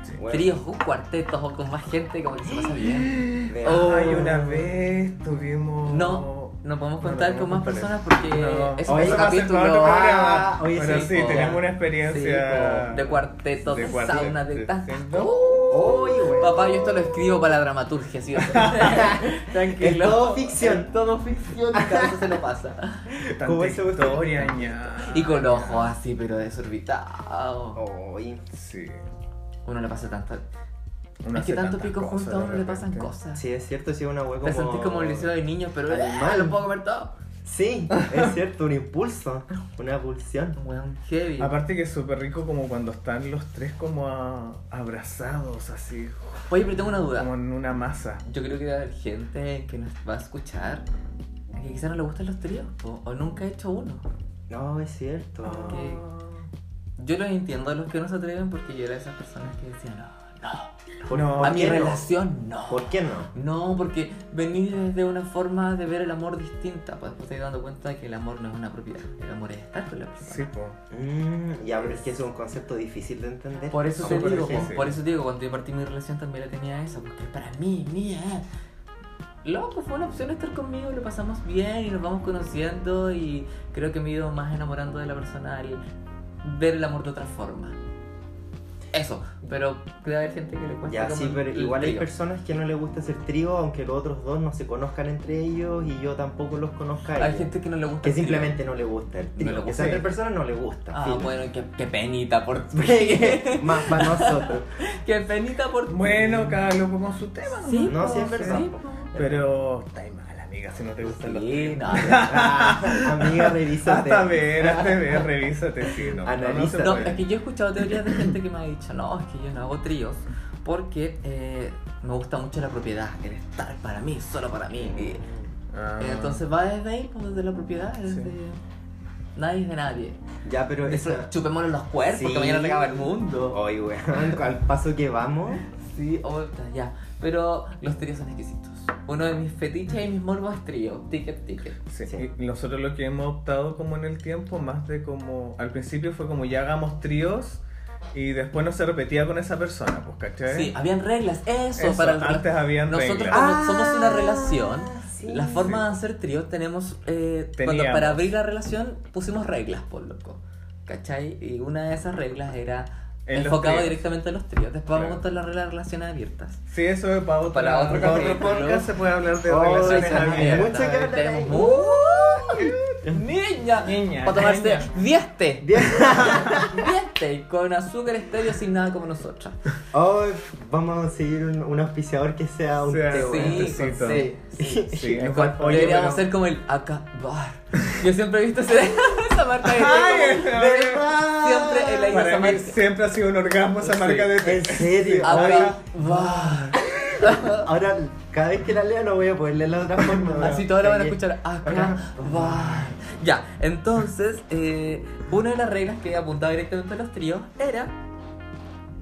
Speaker 2: Sí.
Speaker 3: Bueno,
Speaker 1: Tríos, o cuartetos o con más gente, como que se pasa bien.
Speaker 3: de-
Speaker 1: Oh.
Speaker 2: Ay, una vez tuvimos.
Speaker 1: No, no podemos
Speaker 2: No, no
Speaker 1: contar con
Speaker 2: podemos
Speaker 1: más personas
Speaker 2: contar.
Speaker 1: porque
Speaker 2: No.
Speaker 1: es
Speaker 3: Oye,
Speaker 1: otro
Speaker 3: eso va a ser
Speaker 1: capítulo.
Speaker 2: para otro programa.
Speaker 3: Ah, oye,
Speaker 2: Pero
Speaker 3: sí,
Speaker 2: sí,
Speaker 1: po.
Speaker 2: tenemos una
Speaker 1: Sí,
Speaker 2: experiencia.
Speaker 1: po, de cuarteto, de,
Speaker 2: de cuarteto,
Speaker 1: sauna, de
Speaker 2: sí,
Speaker 1: tas.
Speaker 2: sí.
Speaker 3: Oye, güey.
Speaker 1: Papá, yo esto lo escribo para la dramaturgia, ¿sí? Tranquilo.
Speaker 3: Es todo ficción.
Speaker 1: Es todo ficción, y cada vez se lo pasa.
Speaker 2: Tanta
Speaker 3: ¿Cómo se gusta?
Speaker 2: historia, ña.
Speaker 1: Y con ojos así, pero desorbitado.
Speaker 3: Oye.
Speaker 2: Sí.
Speaker 1: Uno le pasa tanto.
Speaker 2: Uno
Speaker 1: es que
Speaker 2: hace
Speaker 1: tanto
Speaker 2: tantas
Speaker 1: pico
Speaker 2: cosas
Speaker 1: junto a
Speaker 2: de
Speaker 1: uno le pasan
Speaker 2: repente.
Speaker 1: cosas.
Speaker 3: Sí, es cierto, sí, una wea como...
Speaker 1: Te sentís como el liceo de niños, pero eh,
Speaker 3: Animal.
Speaker 1: lo puedo comer todo.
Speaker 3: Sí, es cierto, un impulso, una pulsión.
Speaker 1: Weón, heavy.
Speaker 2: Aparte que es súper rico como cuando están los tres como a- abrazados así,
Speaker 1: Oye, pero tengo una duda.
Speaker 2: como en una masa.
Speaker 1: Yo creo que va a haber gente que nos va a escuchar que quizás no le gustan los tríos po, o nunca ha hecho uno.
Speaker 3: No, es cierto.
Speaker 1: Ah, Ok. Yo los entiendo a los que no se atreven porque yo era de esas personas que decían, no, no,
Speaker 3: ¿Por,
Speaker 2: No,
Speaker 3: ¿por
Speaker 1: a mi
Speaker 3: qué no?
Speaker 1: relación no.
Speaker 3: ¿Por qué no?
Speaker 1: No, porque venís desde una forma de ver el amor distinta, pues después te vas dando cuenta de que el amor no es una propiedad, el amor es estar con la persona.
Speaker 2: Sí, po.
Speaker 3: Mm, ya, pero es que es un concepto difícil de entender.
Speaker 1: Por eso te
Speaker 2: Súper
Speaker 1: digo,
Speaker 2: difícil.
Speaker 1: po, por eso te digo, cuando yo partí mi relación también la tenía esa, porque para mí, mía. Loco, fue una opción estar conmigo, lo pasamos bien y nos vamos conociendo y creo que me he ido más enamorando de la persona al ver el amor de otra forma. Eso, pero debe haber gente que le cuesta.
Speaker 3: Ya,
Speaker 1: como
Speaker 3: sí,
Speaker 1: el-
Speaker 3: pero
Speaker 1: el
Speaker 3: igual hay
Speaker 1: trío.
Speaker 3: personas que no les gusta hacer trío, aunque los otros dos no se conozcan entre ellos y yo tampoco los conozca. a
Speaker 1: Hay
Speaker 3: ellos.
Speaker 1: gente que no le gusta.
Speaker 3: que
Speaker 1: el trío.
Speaker 3: simplemente no le gusta el trío.
Speaker 1: No le
Speaker 3: que
Speaker 1: gusta.
Speaker 3: sea tres personas no le gusta.
Speaker 1: Ah,
Speaker 3: filo.
Speaker 1: bueno, qué, qué penita por
Speaker 3: Más para nosotros.
Speaker 1: Qué penita por
Speaker 2: Bueno, cada loco con su tema. ¿no?
Speaker 1: Sí,
Speaker 3: No,
Speaker 1: po,
Speaker 3: sí, es verdad.
Speaker 1: sí, po.
Speaker 2: Pero está mal, amiga, si no te gustan los
Speaker 1: Sí, no,
Speaker 3: Ah, amiga, revísate.
Speaker 1: Ah,
Speaker 2: Hasta ver, hasta ver, revísate, sí, no.
Speaker 3: Analiza.
Speaker 2: se
Speaker 1: No,
Speaker 2: puede.
Speaker 1: es que yo he escuchado teorías de gente que me ha dicho, no, es que yo no hago tríos porque eh, me gusta mucho la propiedad, el estar para mí, solo para mí. Y-
Speaker 2: Ah.
Speaker 1: y entonces va desde ahí, pues, desde la propiedad, desde... Nadie es de nadie.
Speaker 3: Ya, pero
Speaker 1: Eso,
Speaker 3: esa...
Speaker 1: chupémonos los cuerpos,
Speaker 3: Sí.
Speaker 1: que mañana le acaba el mundo.
Speaker 3: Oye, weón, al paso que vamos.
Speaker 1: Sí, oh, ya. Pero los tríos son exquisitos. Uno de mis fetiches y mis morbos es trío. Ticket, ticket.
Speaker 2: Sí,
Speaker 3: Sí.
Speaker 2: y Nosotros lo que hemos optado como en el tiempo, más de como. Al principio fue como ya hagamos tríos y después no se repetía con esa persona, pues, ¿cachai?
Speaker 1: Sí, habían reglas. Eso,
Speaker 2: Eso,
Speaker 1: para el
Speaker 2: antes habían
Speaker 1: Nosotros
Speaker 2: reglas.
Speaker 3: Ah,
Speaker 1: Como somos una relación,
Speaker 3: sí.
Speaker 1: La forma de hacer trío tenemos, eh, cuando
Speaker 2: Teníamos.
Speaker 1: para abrir la relación pusimos reglas, por loco. ¿Cachai? Y una de esas reglas era
Speaker 2: En los
Speaker 1: enfocado
Speaker 2: tríos.
Speaker 1: directamente a los tríos. Después vamos a
Speaker 2: Claro.
Speaker 1: contar las reglas de relaciones abiertas.
Speaker 2: Sí, eso es para otro,
Speaker 1: Para otro
Speaker 2: para otro
Speaker 1: capítulo.
Speaker 2: podcast se puede hablar de
Speaker 3: Oh,
Speaker 2: relaciones
Speaker 3: eso es
Speaker 2: abiertas.
Speaker 3: mucho que hablar
Speaker 1: Tenemos
Speaker 3: ahí.
Speaker 1: ¡Uy! Niña,
Speaker 2: Niña,
Speaker 1: para tomarse
Speaker 2: niña.
Speaker 1: 10 té,
Speaker 3: Bien.
Speaker 1: 10 té, con azúcar estéreo sin nada como nosotras.
Speaker 3: Hoy vamos a conseguir un, un auspiciador que sea un
Speaker 2: Sea,
Speaker 3: teo,
Speaker 2: Bueno,
Speaker 1: Sí,
Speaker 3: weón.
Speaker 2: tecito.
Speaker 1: sí, sí.
Speaker 2: Sí, es
Speaker 1: Con-
Speaker 2: bueno. Oye,
Speaker 1: deberíamos
Speaker 2: pero-
Speaker 1: ser como el acabar. Yo siempre he visto ese- esa marca de té
Speaker 2: Ay,
Speaker 1: como-
Speaker 2: esa
Speaker 3: ¿Verdad?
Speaker 1: Siempre el aire-
Speaker 2: Para
Speaker 1: esa
Speaker 2: mí
Speaker 1: marca.
Speaker 2: siempre ha sido un orgasmo esa
Speaker 1: Sí.
Speaker 2: marca de té.
Speaker 3: En serio.
Speaker 1: Ahora
Speaker 3: Ahora,
Speaker 1: va.
Speaker 3: ahora, cada vez que la lea no voy a poder leerla de otra forma. weón.
Speaker 1: Así todos la van a
Speaker 3: Sí.
Speaker 1: escuchar. Acá va. Ya, entonces, eh, una de las reglas que apuntaba directamente a los tríos era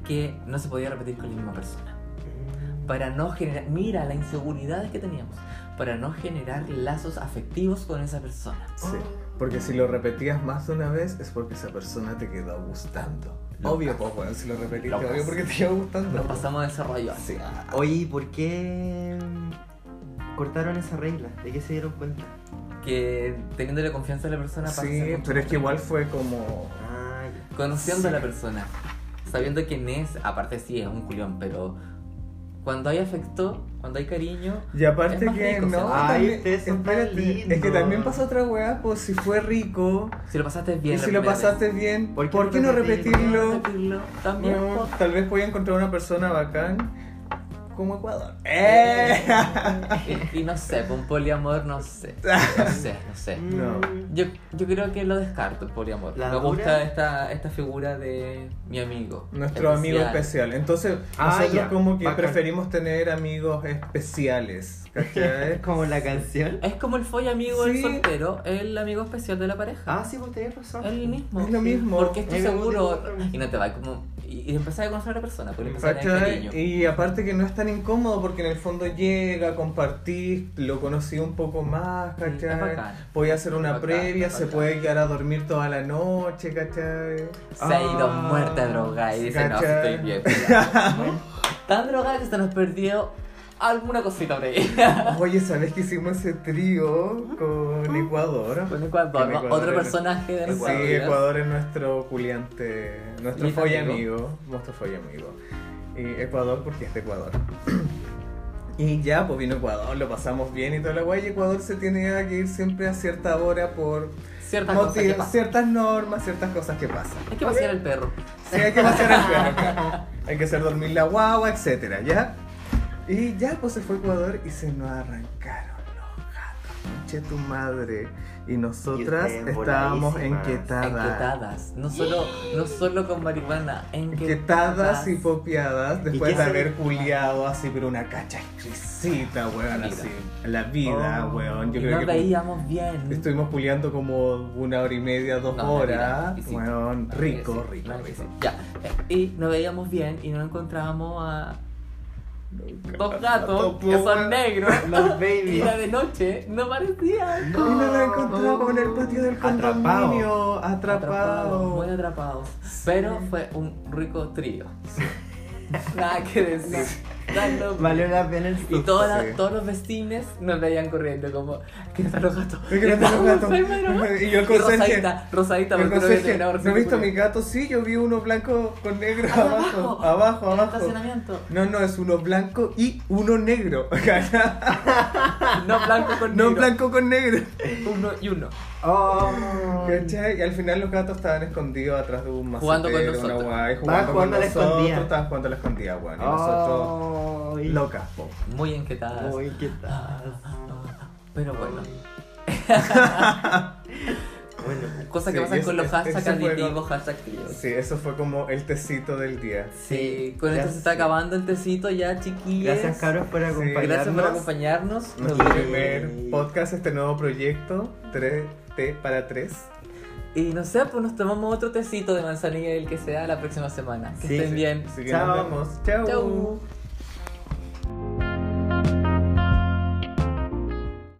Speaker 1: que no se podía repetir con la misma persona. Para no generar. Mira las inseguridades que teníamos. Para no generar lazos afectivos con esa persona.
Speaker 2: Sí, porque si lo repetías más de una vez es porque esa persona te quedó gustando.
Speaker 1: Locas.
Speaker 2: Obvio, pues, bueno, si lo repetiste,
Speaker 1: Locas.
Speaker 2: obvio porque te quedó gustando.
Speaker 1: Nos pasamos de ese rollo.
Speaker 2: Sí. Ah,
Speaker 3: Oye, ¿y ¿por qué mm, cortaron esa regla? ¿De qué se dieron cuenta?
Speaker 1: Que teniéndole confianza a la persona pasa a ser
Speaker 2: Sí,
Speaker 1: mucho
Speaker 2: pero es
Speaker 1: más
Speaker 2: que igual
Speaker 1: rico.
Speaker 2: fue como.
Speaker 3: Ah, ya.
Speaker 1: Conociendo
Speaker 2: Sí.
Speaker 1: a la persona, sabiendo quién es, aparte sí es un culión, pero Cuando hay afecto, cuando hay cariño.
Speaker 2: Y aparte
Speaker 1: Es más
Speaker 2: que
Speaker 1: rico,
Speaker 2: no.
Speaker 1: ¿sabes?
Speaker 3: Ay,
Speaker 2: también-
Speaker 3: ustedes son tan
Speaker 2: espérate,
Speaker 3: lindos.
Speaker 2: Es que también pasa otra weá, pues si fue rico
Speaker 1: Si lo pasaste bien.
Speaker 2: y
Speaker 1: la
Speaker 2: si lo
Speaker 1: primera vez,
Speaker 2: pasaste bien,
Speaker 3: ¿por
Speaker 2: ¿por
Speaker 3: qué
Speaker 2: qué,
Speaker 3: no
Speaker 2: no
Speaker 3: repetirlo?
Speaker 2: repetirlo?
Speaker 1: repetirlo, También.
Speaker 2: Bueno,
Speaker 1: po.
Speaker 2: tal vez voy a encontrar una persona bacán como Ecuador. ¡Eh!
Speaker 1: Y, y no sé, po, un poliamor, no sé. No sé, no
Speaker 3: Eh,
Speaker 1: sé.
Speaker 3: Mm.
Speaker 2: No.
Speaker 1: Yo, yo creo que lo descarto el poliamor.
Speaker 3: ¿La
Speaker 1: Me gusta
Speaker 3: dura?
Speaker 1: esta, esta figura de mi amigo.
Speaker 2: Nuestro amigo especial. Entonces,
Speaker 3: Ah,
Speaker 2: nosotros
Speaker 3: ya,
Speaker 2: como que
Speaker 3: bacán.
Speaker 2: preferimos tener amigos especiales.
Speaker 3: Es
Speaker 2: ¿Cachai?
Speaker 3: como la canción.
Speaker 1: Es como el folla amigo
Speaker 2: Sí.
Speaker 1: del soltero, el amigo especial de la pareja.
Speaker 3: Ah, sí, vos tenés razón.
Speaker 1: Es el mismo.
Speaker 2: Es lo mismo.
Speaker 1: Porque estoy
Speaker 3: Es como
Speaker 1: seguro.
Speaker 3: tipo-
Speaker 1: Y no te va como. Y, y empezás a conocer a la persona, porque le empezás a tener
Speaker 2: ¿Cachai?
Speaker 1: cariño.
Speaker 2: Y aparte que no es tan incómodo porque en el fondo llega, compartís, lo conocí un poco más,
Speaker 1: Sí, es
Speaker 2: ¿cachai?
Speaker 1: bacán.
Speaker 2: Voy a hacer una
Speaker 1: Bacán,
Speaker 2: previa,
Speaker 1: bacán.
Speaker 2: se puede quedar a dormir toda la noche, ¿cachai?
Speaker 1: Se ha ido
Speaker 3: Ah,
Speaker 1: muerta drogada y dice, no, si
Speaker 2: ¿cachai?
Speaker 1: estoy bien. pero- Tan drogada que se nos perdió alguna cosita por ahí.
Speaker 2: Oye, ¿sabes que hicimos ese trío con Ecuador?
Speaker 1: Con Ecuador,
Speaker 2: Con
Speaker 1: ¿no?
Speaker 2: Ecuador
Speaker 1: otro
Speaker 2: era-
Speaker 1: personaje de
Speaker 2: Sí,
Speaker 1: nuestra vida.
Speaker 2: Ecuador es nuestro culiante, nuestro
Speaker 1: Mi
Speaker 2: folla
Speaker 1: amigo.
Speaker 2: amigo, nuestro folla amigo. Y Ecuador porque es de Ecuador. Y ya, pues vino Ecuador, lo pasamos bien y toda la guay. Y Ecuador se tiene que ir siempre a cierta hora por
Speaker 1: Ciertas cosas que
Speaker 2: motivos,
Speaker 1: pasan.
Speaker 2: ciertas normas, ciertas cosas que pasan.
Speaker 1: Hay que pasear el perro.
Speaker 2: Sí, hay que hacer el perro. Hay que hacer dormir la guagua, etcétera, ¿ya? Y ya, pues se fue a Ecuador y se nos arrancaron los gatos. Che tu madre. Y nosotras
Speaker 3: Y ustedes
Speaker 2: estábamos
Speaker 3: voladísimas.
Speaker 2: enquetadas.
Speaker 1: Enquetadas. No solo, no solo con marihuana, enquetadas.
Speaker 2: Enquetadas y popeadas
Speaker 3: qué
Speaker 2: después de
Speaker 3: se-
Speaker 2: haber culiado así, pero una cacha exquisita, weón,
Speaker 1: La vida.
Speaker 2: así. La vida,
Speaker 3: Oh.
Speaker 2: weón.
Speaker 1: Y
Speaker 2: Yo creo
Speaker 1: nos
Speaker 2: que
Speaker 1: veíamos bien.
Speaker 2: estuvimos culiando como una hora y media, dos
Speaker 1: No,
Speaker 2: horas.
Speaker 1: mentira, y sí. Claro
Speaker 2: Weón,
Speaker 1: que sí,
Speaker 2: rico, rico,
Speaker 1: claro que
Speaker 2: rico.
Speaker 1: sí. Ya. eh, Y nos veíamos bien y nos encontrábamos a dos
Speaker 2: Gato,
Speaker 1: gatos que
Speaker 2: weón.
Speaker 1: son negros.
Speaker 3: Los
Speaker 1: Y
Speaker 3: babies.
Speaker 1: la de noche no parecía.
Speaker 2: Y nos la encontramos en el patio del condominio, atrapado.
Speaker 1: Muy atrapados. Pero fue un rico trío. Nada que decir. Tanto-
Speaker 3: Valió la pena el
Speaker 1: Y
Speaker 3: susto.
Speaker 1: todas las-
Speaker 2: sí.
Speaker 1: todos los vecinos nos veían corriendo como, ¿qué están los gatos?
Speaker 2: Es que no tengo gato. Y yo el conserje.
Speaker 1: Rosadita, rosadita,
Speaker 2: el
Speaker 1: porque no
Speaker 2: conserje,
Speaker 1: había terminado
Speaker 2: ¿No he visto a mi
Speaker 1: Rosita
Speaker 2: gato? Sí, yo vi uno blanco con negro
Speaker 1: Ahí
Speaker 2: abajo.
Speaker 1: abajo.
Speaker 2: Abajo,
Speaker 1: Curia. En el
Speaker 2: abajo.
Speaker 1: estacionamiento.
Speaker 2: No, no, es uno blanco y uno negro.
Speaker 1: No blanco con
Speaker 2: no
Speaker 1: negro.
Speaker 2: blanco con negro.
Speaker 1: Uno y uno.
Speaker 3: Oh.
Speaker 2: ¿Cachai? Y al final los gatos estaban escondidos atrás de un macetero,
Speaker 1: Jugando con
Speaker 2: una
Speaker 1: nosotros.
Speaker 2: guay,
Speaker 3: Estaban
Speaker 2: jugando con
Speaker 3: jugando a la
Speaker 2: nosotros.
Speaker 3: escondida.
Speaker 2: Estaban jugando a la escondida, weón. Y nosotros,
Speaker 3: Oh.
Speaker 2: locas, po.
Speaker 1: Muy enquetadas.
Speaker 3: Uy, ¿qué
Speaker 1: Ah,
Speaker 3: tal?
Speaker 1: ah, Pero bueno,
Speaker 3: Bueno.
Speaker 1: cosas que
Speaker 2: Sí,
Speaker 1: pasan
Speaker 2: ese-
Speaker 1: con los
Speaker 2: ese-
Speaker 1: hashtags
Speaker 2: ese juego-
Speaker 1: aditivos, hashtag tríos.
Speaker 2: Sí, eso fue como el tecito del día.
Speaker 1: Sí, con esto
Speaker 3: Gracias.
Speaker 1: se está acabando el tecito ya, chiquillos.
Speaker 3: Gracias, Carlos, por acompañarnos.
Speaker 1: Gracias por acompañarnos. Nos
Speaker 2: Nuestro
Speaker 1: vemos.
Speaker 2: primer podcast, este nuevo proyecto, 3T para 3.
Speaker 1: Y no sé, pues nos tomamos otro tecito de manzanilla, el que sea, la próxima semana. Que
Speaker 3: Sí,
Speaker 1: estén
Speaker 3: sí.
Speaker 1: bien.
Speaker 2: Así que
Speaker 3: Chao.
Speaker 2: nos vemos. Chao.
Speaker 1: Chau.